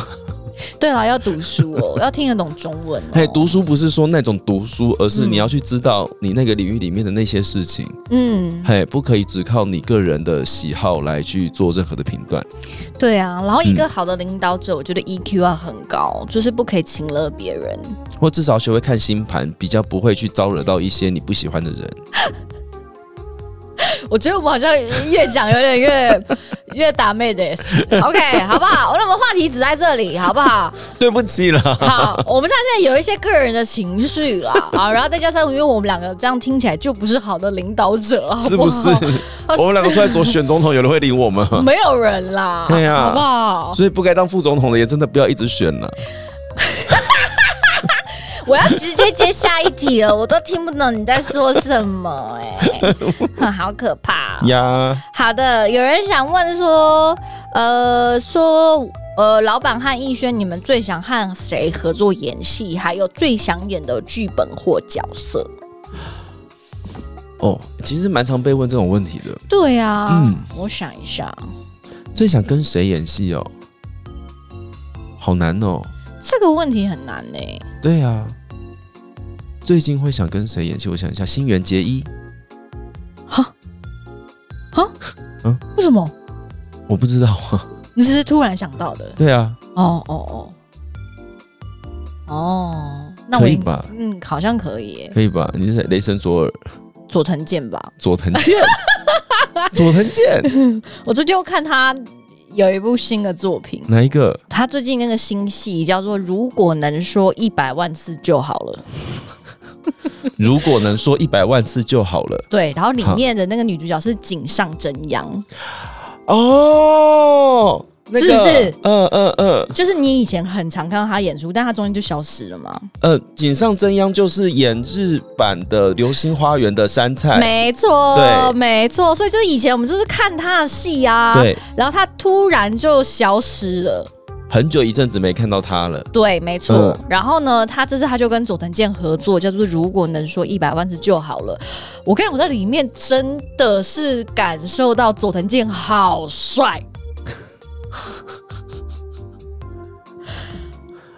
对了，要读书哦，要听得懂中文、哦。
嘿，读书不是说那种读书，而是
嗯
你要去知道你那个领域里面的那些事情。
嗯，
嘿，不可以只靠你个人的喜好来去做任何的评断。
对啊。然后一个好的领导者，我觉得 EQ 要很高，就是不可以轻了别人。
或至少学会看星盘，比较不会去招惹到一些你不喜欢的人。
我觉得我们好像越讲有点越 越打妹的也是 OK，好不好？那我们话题只在这里，好不好？
对不起啦，
好，我们现在有一些个人的情绪啦，啊，然后再加上因为我们两个这样听起来就不是好的领导者，好
是
不
不
好
是？
好
我们两个出来左选总统，有人会理我们吗？
没有人啦，
对啊
好不好？
所以不该当副总统的也真的不要一直选了。
我要直接接下一题了，我都听不懂你在说什么、哎， 好可怕、
呀，
好的，有人想问说，呃，说呃，老板和逸轩，你们最想和谁合作演戏？还有最想演的剧本或角色？
哦，其实蛮常被问这种问题的。
对啊，
嗯
我想一下，
最想跟谁演戏哦？好难哦。
这个问题很难呢、
对啊，最近会想跟谁演戏？我想一下，新垣结衣，
为什么？
我不知道啊。
你只是突然想到的？
对啊，
哦哦哦，哦，那我
可以
应
吧？
嗯，好像可以耶，
可以吧？你是雷神索尔、
佐藤健吧？
佐藤 健、佐藤健，
我最近又看他有一部新的作品，
哪一个？
他最近那个新戏叫做《如果能说一百万次就好了》，
如果能说一百万次就好了。
对，然后里
好
面的那个女主角是井上真阳，
哦，那个
是不是？
嗯嗯嗯
就是你以前很常看到她演出，但她中间就消失了嘛？
嗯，井上真央就是演日版的《流星花园》的山菜。
没错，
对
没错，所以就是以前我们就是看她的戏啊，
对，
然后她突然就消失了。
很久一阵子没看到他了。
对，没错。
嗯
然后呢，他这次他就跟佐藤健合作，叫做“如果能说一百万次就好了”。我跟你讲，我在里面真的是感受到佐藤健好帅，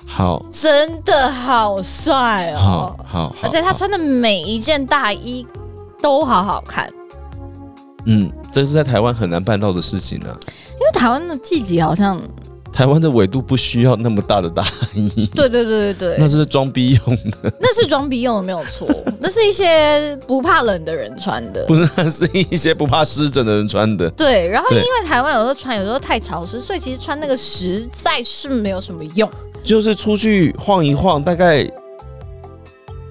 好，
真的好帅哦
好，！好，好
而且他
好
穿的每一件大衣都好好看。
嗯，这是在台湾很难办到的事情啊。
因为台湾的季节 好像，
台湾的纬度不需要那么大的大衣，
对对对对
那
对，
是装逼用的，
那是装逼用的没有错，那是一些不怕冷的人穿 的。
不是那是一些不怕湿疹的人穿的。
对，然后因
对
为台湾有时候穿，有时候太潮湿，所以其实穿那个实在是没有什么用。
就是出去晃一晃，大概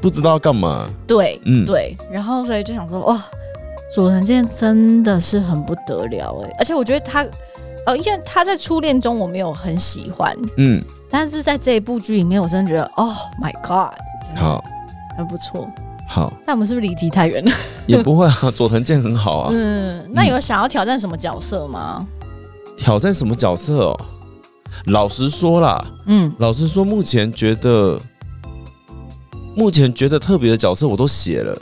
不知道干嘛。
对，
嗯，
对，然后所以就想说，哇，哦佐藤健真的是很不得了哎、而且我觉得他，呃，因为他在初恋中我没有很喜欢，
嗯，
但是在这一部剧里面，我真的觉得，Oh my God，真的
好，
很不错。
好，
但我们是不是离题太远了？
也不会啊，佐藤健很好啊。
嗯，那有想要挑战什么角色吗？
挑战什么角色哦？老实说啦，
嗯，
老实说，目前觉得，目前觉得特别的角色我都写了，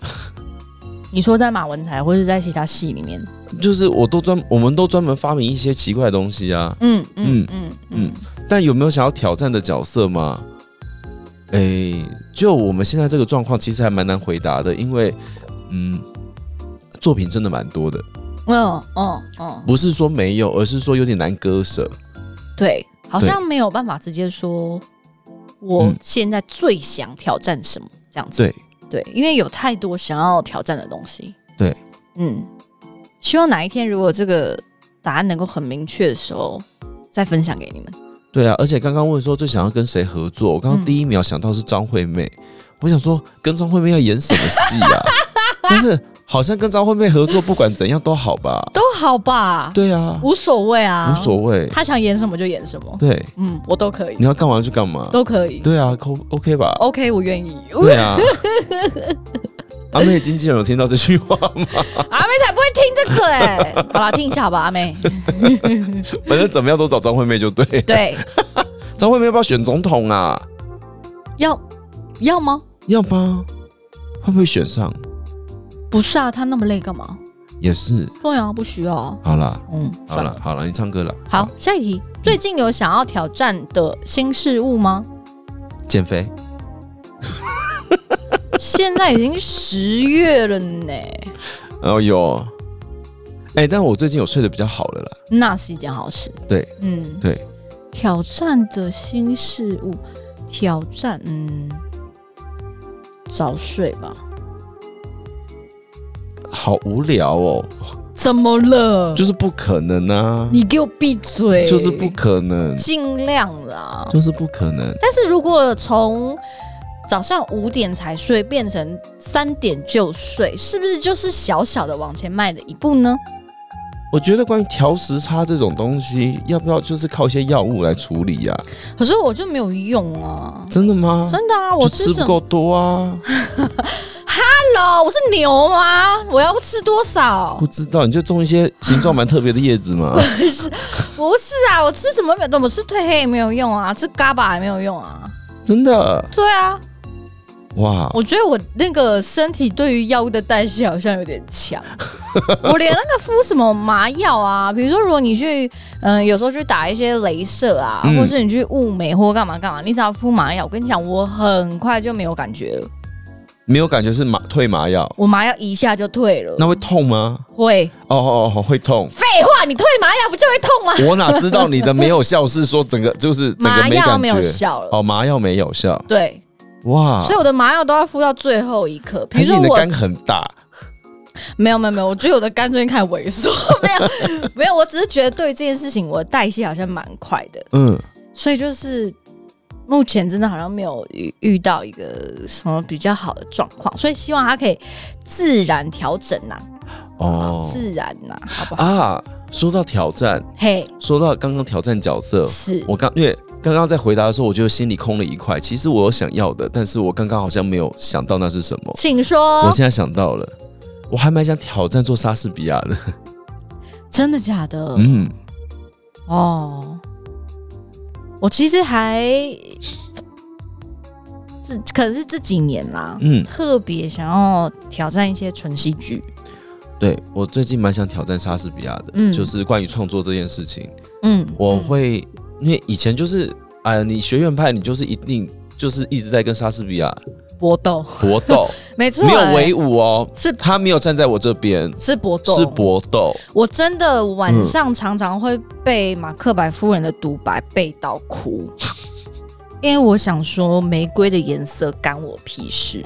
你说在马文才或是在其他戏里面？
就是我都专，我们都专门发明一些奇怪的东西啊。
嗯
嗯
嗯
嗯，但有没有想要挑战的角色吗？诶、就我们现在这个状况，其实还蛮难回答的，因为，嗯，作品真的蛮多的，
嗯嗯嗯，
不是说没有，而是说有点难割舍。
对，好像没有办法直接说我
嗯
现在最想挑战什么这样子。
对，
对，因为有太多想要挑战的东西。
对，
嗯，希望哪一天如果这个答案能够很明确的时候，再分享给你们。
对啊，而且刚刚问说最想要跟谁合作，我刚刚
嗯
第一秒想到是张惠妹，我想说跟张惠妹要演什么戏啊？但是好像跟张惠妹合作，不管怎样都好吧？
都好吧，
对啊，
无所谓啊，
无所谓。
他想演什么就演什么，
对，
嗯，我都可以，
你要干嘛就干嘛。
都可以
对啊，O OK 吧？
，OK，我愿意。
对 啊。阿妹经纪人有听到这句话吗？
阿妹才不会听这个哎、好啦，听一下好吧，阿妹。
反正怎么样都找张惠妹就对。
对，
张惠妹要不要选总统啊？
要要吗？
要吧？会不会选上？
不是啊，他那么累干嘛？
也是。
对啊，不需要啊。
好啦，
嗯，
好
算
啦，好啦，你唱歌啦。
好，，下一题，最近有想要挑战的新事 物吗？
减肥。
现在已经十月了呢，
哦哟，哎、但我最近有睡得比较好了啦。
那是一件好事。
对，
嗯，
对，
挑战的新事物，挑战，嗯，早睡吧。
好无聊哦，
怎么了？
就是不可能啊，
嗯你给我闭嘴！
就是不可能，
尽量啦。
就是不可能。
但是如果从早上五点才睡变成三点就睡，是不是就是小小的往前迈了一步呢？
我觉得关于调时差这种东西，要不要就是靠一些药物来处理呀、
可是我就没有用啊。
真的吗？
真的啊，我
就
吃
吃
什
不
么
够多啊，
了？我是牛吗？我要吃多少？
不知道你就种一些形状蛮特别的叶子嘛。
不是， 不是啊，我吃什么没有？我吃褪黑也没有用啊，吃嘎巴也没有用啊。
真的
对啊，
哇，
我觉得我那个身体对于药物的代谢好像有点强， 我连那个敷什么麻药啊，比如说如果你去，嗯、有时候去打一些镭射啊，
嗯
或是你去雾眉或干嘛干嘛，你只要敷麻药，我跟你讲，我很快就没有感觉了，
没有感觉是麻退麻药，
我麻药一下就退了。
那会痛吗？
会
哦哦哦，会痛。
废话，你退麻药不就会痛吗？
我哪知道你的没有效是说整个 就是整个
麻
没
药
感
没
觉
有效了，
哦，麻药没有效
对，
哇。
所以我的麻药都要敷到最后一刻。比
还
如
是
说
你的
我
肝很大，
没有没有没有，我觉得我的肝最近开始 萎缩，没有没有，我只是觉得对这件事情我的代谢好像蛮快的，
嗯，
所以就是目前真的好像没有遇遇到一个什么比较好的状况，所以希望它可以自然调整呐、
哦
自然呐、好不好？
啊，说到挑战，
嘿、
说到刚刚挑战角色，
是
我刚因为刚刚在回答的时候，我就心里空了一块。其实我有想要的，但是我刚刚好像没有想到那是什么。
请说
我，现在想到了，我还蛮想挑战做莎士比亚的。
真的假的？
嗯，
哦，我其实还这可能是这几年啦，
嗯
特别想要挑战一些纯戏剧，
对我最近蛮想挑战莎士比亚的，
嗯
就是关于创作这件事情，
嗯，
我
嗯
会因为以前就是啊、你学院派你就是一定就是一直在跟莎士比亚
搏斗，
搏 斗，
没错、
没有
欸
为伍哦，
是
他没有站在我这边，
是搏斗，
是搏嗯斗。
我真的晚上常常会被马克白夫人的独白背到哭，因为我想说玫瑰的颜色干我屁事，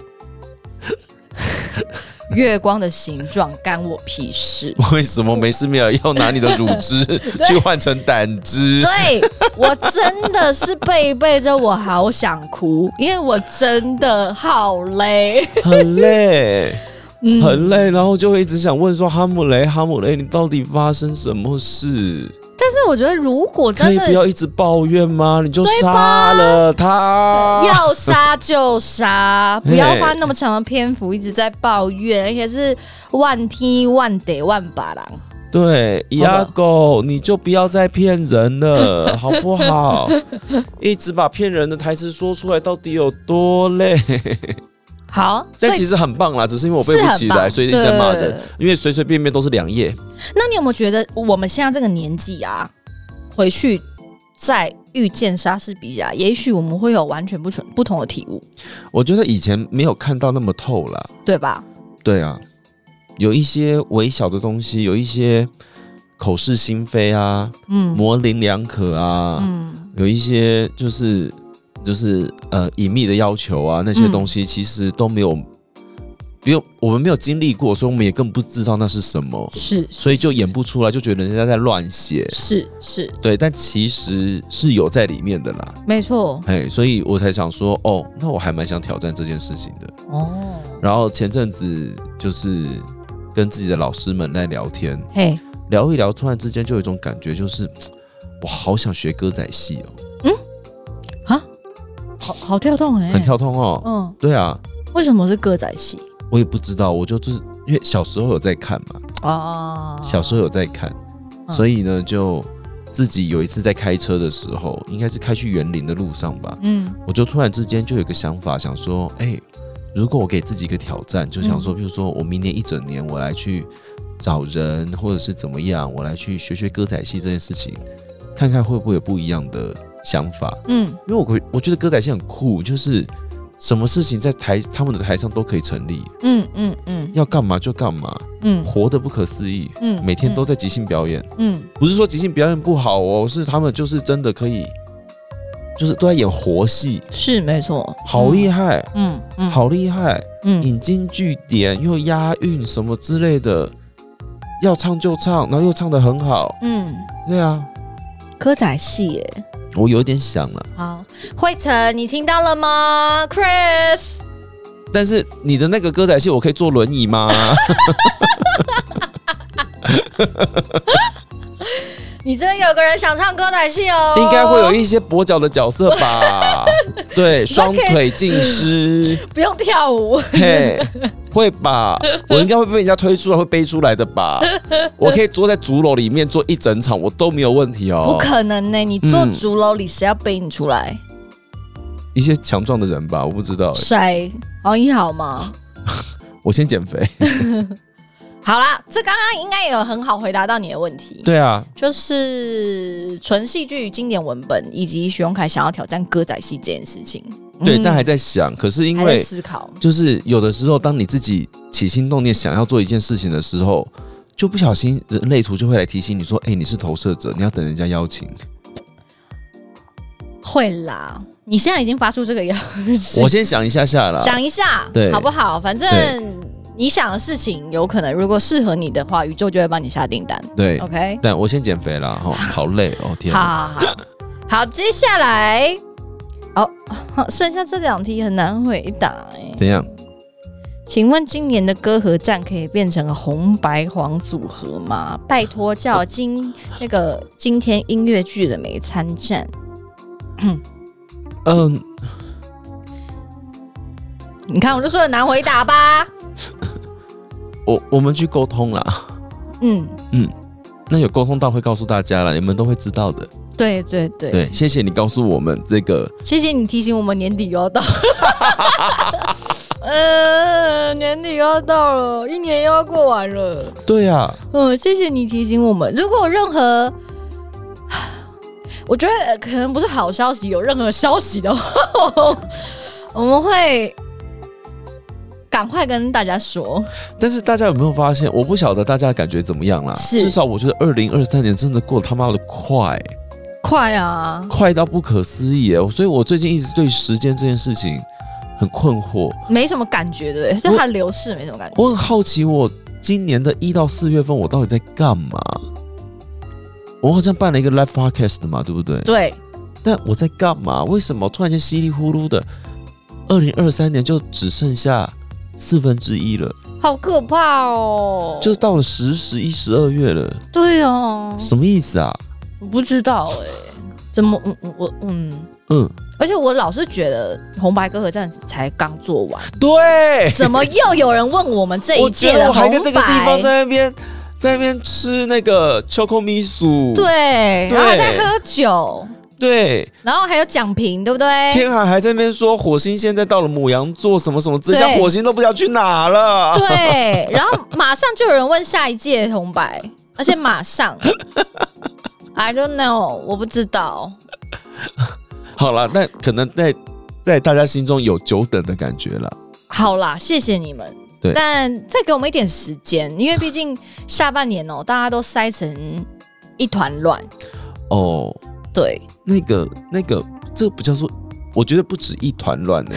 月光的形状干我屁事。
为什么没事没有要拿你的乳 汁去换成胆汁？
对我真的是背一背着，我好想哭，因为我真的好累。
很累，
嗯，
很累，然后就会一直想问说哈姆雷，哈姆雷，你到底发生什么事？
但是我觉得如果
可
真
以
的
不要一直抱怨吗？你就杀了他。
要杀就杀，不要
嘿
花那么长的篇幅一直在抱怨，而且是万踢万得万把郎。
对，
好
牙
吧
狗，你就不要再骗人 了，好不好？一直把骗人的台词说出来，到底有多累？
好，所
但其
以
实很棒啦，只是因为我背
是
不
很
起
棒
来，所以一直在骂
对
人。因为随随便便都是两页，
那你有没有觉得我们现在这个年纪啊，回去再遇见莎士比亚，也许我们会有完全不全不同的体悟，
我觉得以前没有看到那么透啦。
对吧？
对啊，有一些微小的东西，有一些口是心非啊，
嗯
模棱两可啊，
嗯，
有一些就是就是呃隐秘的要求啊，那些
嗯
东西其实都没有，没有我们没有经历过，所以我们也更不知道那是什么，
是
所以就演不出来，就觉得人家在乱写。
是是，
对，但其实是有在里面的啦，
没错
哎，所以我才想说，哦，那我还蛮想挑战这件事情的。
哦。
然后前阵子就是跟自己的老师们在聊天，
嘿，
聊一聊，突然之间就有一种感觉，就是我好想学歌仔戏哦，
好好跳动哎、
很跳通哦。
嗯，
对啊，
为什么是歌仔戏
我也不知道，我就就是因为小时候有在看嘛，
啊？
小时候有在看，
嗯
所以呢就自己有一次在开车的时候，应该是开去园林的路上吧，
嗯
我就突然之间就有一个想法，想说，哎、如果我给自己一个挑战，就
嗯
想说，比如说我明年一整年我来去找人，或者是怎么样，我来去学学歌仔戏这件事情，看看会不会有不一样的想法。
嗯，
因为我会我觉得歌仔戏很酷，就是什么事情在台他们的台上都可以成立，
嗯嗯嗯
要干嘛就干嘛，
嗯
活得不可思议。
嗯，
每天都在即兴表演，
嗯
不是说即兴表演不好哦，是他们就是真的可以，就是都在演活戏，
是没错，
好厉害。
嗯嗯
好厉害，
嗯
引经据典又押韵什么之类的，要唱就唱，然后又唱得很好。
嗯，
对啊，
歌仔戏耶。
我有点想了，
好，惠晨，你听到了吗？Chris，
但是你的那个歌仔戏，我可以坐轮椅 吗？
你这边有个人想唱歌仔戏哦，
应该会有，一些跛脚的角色 吧？对，双腿尽失，
不用跳舞。
嘿，会吧？我应该会被人家推出来，会背出来的 吧？我可以坐在竹楼里面坐一整场，我都没有问题
不
哦。
可能呢、你坐
嗯
竹楼里，谁要背你出来？
一些强壮的人吧，我不知道欸。
谁？黄一豪吗？
我先减肥。
好啦，这刚刚应该也有很好回答到你的问题，
对啊，
就是纯戏剧经典文本，以及徐荣凯想要挑战歌仔戏这件事情。
对，
嗯
但还在想。可是因
还在
为
思考，
就是有的时候，当你自己起心动念想要做一件事情的时候，就不小心人类图就会来提醒你说：“哎、你是投射者，你要等人家邀请。
会啦。你现在已经发出这个邀”请，
我先想一下下啦。
想一下，
对
好不好？反正你想的事情，有可能如果适合你的话，宇宙就会帮你下订单。
对，
OK，
但我先减肥啦。哦，好累哦，天
好
啊！
好 好，好，接下来，哦，剩下这两题很难回答哎、
怎样？
请问今年的歌和战可以变成红白黄组合吗？拜托叫今那个今天音乐剧的没参战，
嗯，
你看我就说很难回答吧。
我我们去沟通啦。
嗯，
那有沟通到会告诉大家啦，你们都会知道的。
对对对，
对，谢谢你告诉我们这个。
谢谢你提醒我们年底又要到， 呃，年底又要到了，一年又要过完了。
对啊，
嗯，谢谢你提醒我们。如果有任何， 我觉得 呃可能不是好消息，有任何消息的话，我们会赶快跟大家说，
但是大家有没有发现？我不晓得大家的感觉怎么样啦。
是
至少我觉得二零二三年真的过得他妈的快，
快啊！
快到不可思议耶！所以我最近一直对时间这件事情很困惑。
没什么感觉，对不对？就它的流逝没什么感觉。
我很好奇，我今年的一到四月份我到底在干嘛？我好像办了一个 live podcast 嘛，对不对？
对，
但我在干嘛？为什么突然间稀里糊涂的，二零二三年就只剩下四分之一了？
好可怕哦！
就到了十、十一、十二月了，
对哦，
什么意思啊？
我不知道哎、怎么嗯嗯我嗯，
嗯，
而且我老是觉得红白歌合战才刚做完，
对，
怎么又有人问我们这
我
一
觉
届
得
的
我还
红
跟这个地方
白？
在那边，在那边吃那个秋 o 米薯，
对，
对
然后还在喝酒，
对，
然后还有奖评，对不对？
天海还在那边说火星现在到了母羊座什么什么，这下
对
火星都不知道去哪了。
对，然后马上就有人问下一届红白，而且马上，I don't know，我不知道。
好了，那可能在在大家心中有久等的感觉了。
好啦，谢谢你们。
对
但再给我们一点时间，因为毕竟下半年哦、大家都塞成一团乱。
哦，
对，
那个那个，这不叫做，我觉得不止一团乱欸 呢、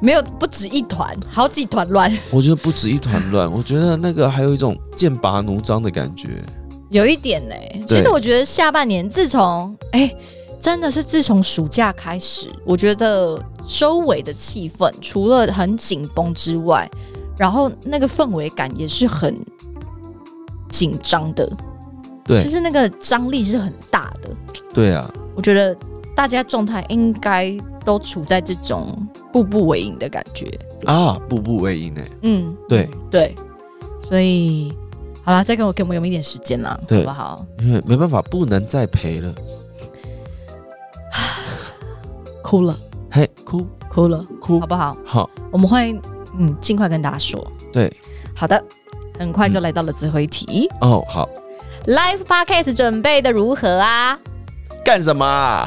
没有不止一团，好几团乱，
我觉得不止一团乱，我觉得那个还有一种剑拔弩张的感觉。
有一点呢、
对
其实我觉得下半年自从哎、真的是自从暑假开始，我觉得周围的气氛除了很紧绷之外，然后那个氛围感也是很紧张的，
对
就，是那个张力是很大的。
对啊，
我觉得大家状态应该都处在这种步步为营的感觉。
啊，步步为营呢、
嗯，
对，
对，所以好啦，再给我给我们有一点时间啦，
对
好不好？
因为没办法，不能再赔了。
哭了，
嘿，哭
哭了，
哭
好，不好？
好，
我们会嗯尽快跟大家说。
对，
好的，很快就来到了最后一题、
哦，好，
l i v e Podcast 准备的如何啊？
干什么、 啊？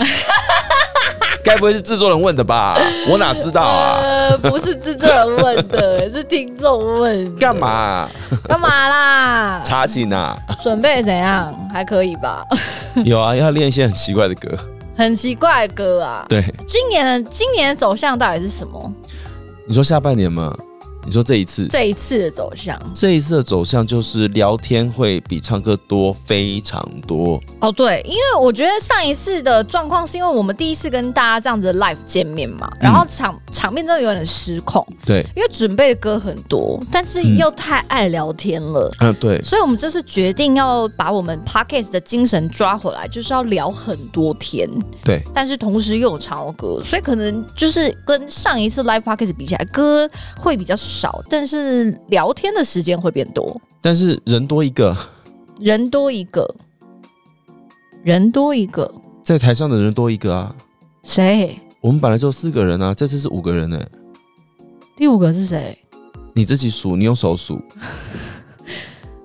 该不会是制作人问的吧？我哪知道 啊？
呃，不是制作人问 的，是听众问的。
干嘛啊、
干嘛啦？
查寝 啊？
准备怎样？还可以吧？
有啊，要练一些很奇怪的歌。
很奇怪的歌啊。
对，
今年的今年的走向到底是什么？
你说下半年吗？你说这一次，
这一次的走向
这一次的走向就是聊天会比唱歌多非常多。
哦，对，因为我觉得上一次的状况是因为我们第一次跟大家这样子 live 见面嘛，然后场、场面真的有点失控，
对，
因为准备的歌很多，但是又太爱聊天了。
嗯，对，
所以，我们这次决定要把我们 podcast 的精神抓回来，就是要聊很多天，
对，
但是同时又有唱歌，所以可能就是跟上一次 live podcast 比起来，歌会比较少，但是聊天的时间会变多。
但是人多一个，
人多一个，人多一个，
在台上的人多一个啊。
谁？
我们本来就四个人啊，这次是五个人呢、
第五个是谁？
你自己数，你用手数。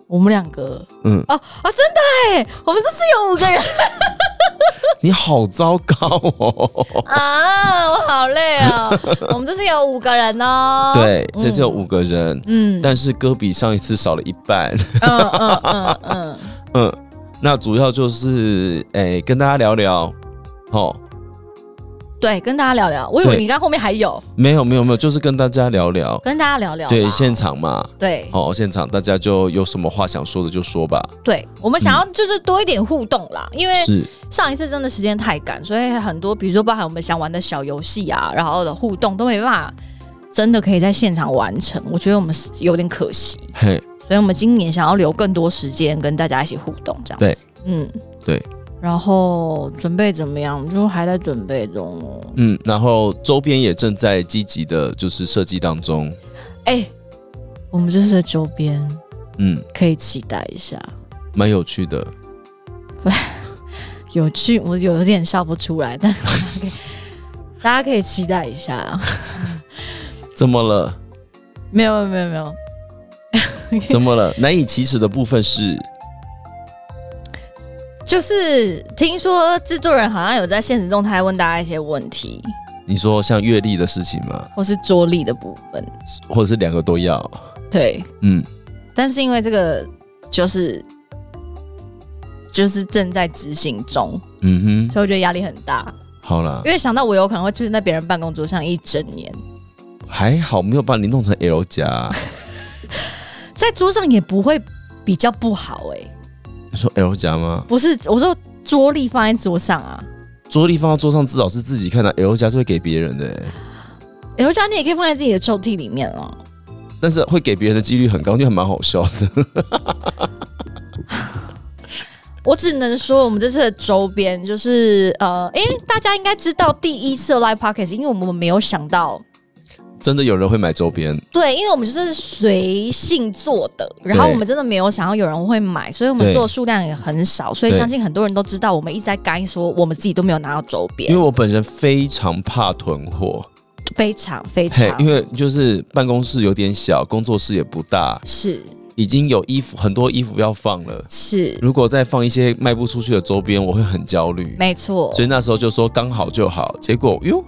我们两个
嗯，
哦哦，真的哎，我们这是有五个人
你好糟糕 哦。
啊，我好累哦，我们这是有五个人哦。，
对，
嗯
这次有五个人，
嗯，
但是歌比上一次少了一半。
嗯嗯嗯嗯，
嗯，那主要就是诶、跟大家聊聊。哦，
对，跟大家聊聊。我以为
对
你刚后面还有，
没有没有没有，就是跟大家聊聊。
跟大家聊聊吧。
对，现场嘛，
对
哦，现场大家就有什么话想说的就说吧。
对，我们想要就是多一点互动啦，因为
嗯是，
上一次真的时间太赶，所以很多比如说包含我们想玩的小游戏啊，然后的互动都没办法真的可以在现场完成，我觉得我们是有点可惜，
嘿，
所以我们今年想要留更多时间跟大家一起互动，这样子
对，
嗯，
对。
然后准备怎么样？就还在准备中哦。
嗯，然后周边也正在积极的，就是设计当中。
哎、我们这次的周边
嗯，
可以期待一下，
蛮有趣的。
有趣，我有点笑不出来，但 大家可以大家可以期待一下啊。
怎么了？
没有没有没有，
怎么了？ 难以启齿的部分是，
就是听说制作人好像有在现实动态问大家一些问题，
你说像阅历的事情吗？
或是着力的部分，
或者是两个都要？
对。
嗯，
但是因为这个就是就是正在执行中，
嗯哼，
所以我觉得压力很大，
好啦，
因为想到我有可能会就是在别人办公桌上一整年，
还好没有把你弄成 L 加。
在桌上也不会比较不好哎、
你说 L 加吗？
不是我说桌力放在桌上啊，
桌历放到桌上，至少是自己看的。L 加是会给别人的、欸，
哎我想你也可以放在自己的抽屉里面啊了。
但是会给别人的几率很高，就还蛮好笑的。
我只能说，我们这次的周边就是呃，因为大家应该知道第一次的 Live Podcast，因为我们没有想到，
真的有人会买周边，
对，因为我们就是随性做的，然后
对
我们真的没有想到有人会买，所以我们
对
做的数量也很少，所以
对
相信很多人都知道，我们一直在干说我们自己都没有拿到周
因为
边，
我本人非常怕囤货，
非常非
嘿
常，
因为就是办公室有点小，工作室也不大，
是
已经有衣服很多衣服要放了。
是
如果再放一些卖不出去的周边，我会很焦虑。
没错，
所以那时候就说刚好就好，结果哟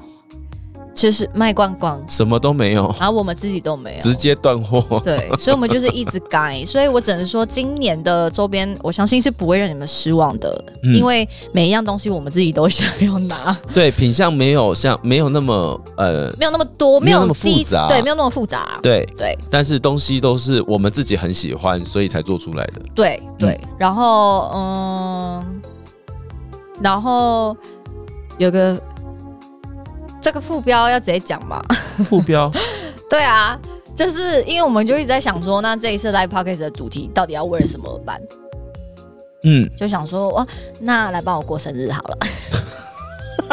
就是卖光光，
什么都没有，
然后我们自己都没有，
直接断货。
对，所以我们就是一直改，所以我只能说，今年的周边，我相信是不会让你们失望的，
嗯
因为每一样东西我们自己都想要拿，
对，品相没有像没有那么呃
没有那么多，
没有那么
第一次
复杂
对，没有那么复杂，
对，
对
但是东西都是我们自己很喜欢，所以才做出来的。
对对，然后嗯，然后有个这个副标要直接讲嘛，
副标
对啊。就是因为我们就一直在想说，那这一次 Live Podcast 的主题到底要为了什么而办？
嗯，
就想说哇，那来帮我过生日好了。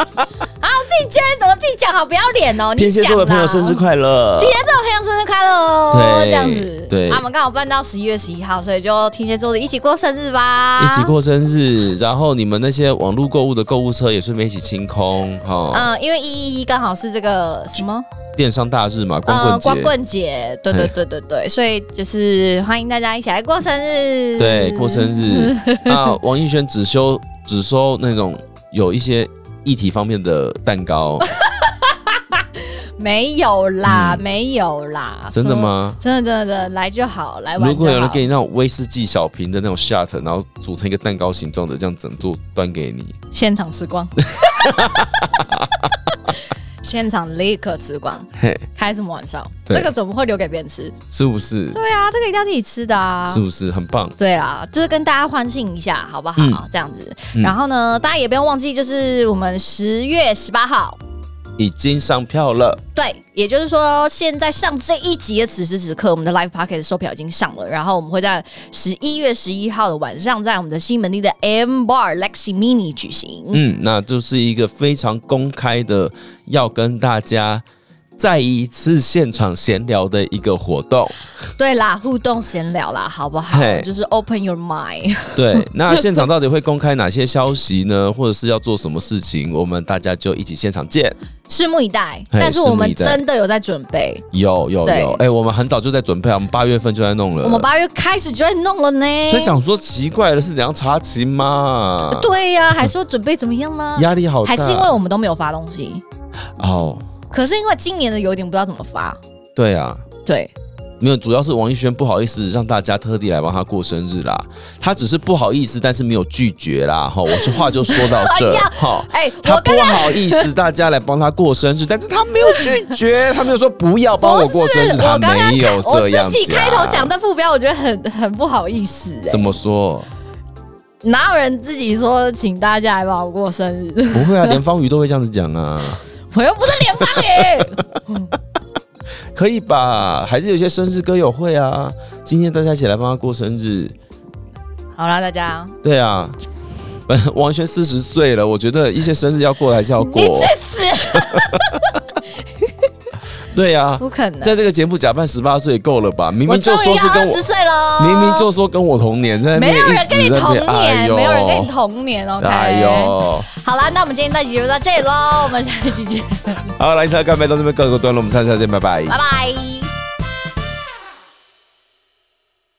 啊，我自己捐，怎么自己讲好不要脸哦？你
天蝎
讲
座的朋友生日快乐！
今天这位朋友生日快乐哦，
对
这样子。
对
啊，我们刚好办到十一月十一号，所以就天蝎座的一起过生日吧。
一起。过生日，然后你们那些网络购物的购物车也顺便一起清空哈、哦
嗯，因为一一一刚好是这个什么
电商大日嘛，光
呃
棍节，
光棍节，对对对对对，所以就是欢迎大家一起来过生日。
对，过生 日。那王艺轩只收只收那种有一些议题方面的蛋 糕，
没有啦，没有啦，
嗯真的
什么？
吗？
真的真的真的来就好，来玩就好。
如果有人给你那种威士忌小瓶的那种 shot，然后组成一个蛋糕形状的，这样整座端给你，
现场吃光，现场立刻吃光，
嘿，
开什么玩笑？
对
这个怎么会留给别人吃？
是不是？
对啊，这个一定要自己吃的啊。
是不是很棒？
对啊，就是跟大家欢庆一下，好不好？
嗯
这样子，
嗯
然后呢，大家也不要忘记，就是我们十月十八号，
已经上票了，
对，也就是说，现在上这一集的此时此刻，我们的 Live p o c k e t 售票已经上了，然后我们会在十一月十一号的晚上，在我们的西门町的 M Bar Lexi Mini 举行。
嗯，那就是一个非常公开的，要跟大家再一次现场闲聊的一个活动。
对啦，互动闲聊啦，好不好
嘿？
就是 open your mind。
对，那现场到底会公开哪些消息呢？或者是要做什么事情？我们大家就一起现场见。
拭目以待，
嘿
但是我
拭目
们
以待
真的有在准备，
有有
对
有，哎、我们很早就在准备啊，我们八月份就在弄了。
我们八月开始就在弄了呢。
所以呃想说啊奇怪的是怎样查勤嘛？
嗯对呀、还说准备怎么样啦？
压力好大。
还是因为我们都没有发东西，
哦，
可是因为今年的有点不知道怎么发，
对啊，
对，
没有，主要是王艺轩不好意思让大家特地来帮他过生日啦，他只是不好意思，但是没有拒绝啦。哈，我这话就说到这
哎呀
哈。
哎、
他
我
不
刚
好意思，大家来帮他过生日，但是他没有拒 绝，他没有说不要帮我过生日，
不是我
他
刚刚
没有
我
这样
自己
讲啊
开头讲的副标，我觉得很很不好意思、哎
怎么说？
哪有人自己说请大家来帮我过生日？
不会啊，连方宇都会这样子讲啊，
我又不是连方宇，
可以吧？还是有些生日歌友会啊，今天大家一起来帮他过生日，
好啦，大家，
对啊。 本王轩四十岁了，我觉得一些生日要过的还是要过
你，去死！
对啊，
不可能，
在这个节目假扮十八岁够了吧？明
我
明就
终
说
于要
是
二
跟我
十，岁喽，
明明就说跟我同年，在那边
没有人跟
一
你
直在那
同
边哎
年，
呦
没有人跟你同年，OK。
哎呦，
好啦，那我们今天这 集就到这里喽，我们下一期见，
好，来，大家干杯到这边各个段落，我们下次再见，拜拜
拜拜。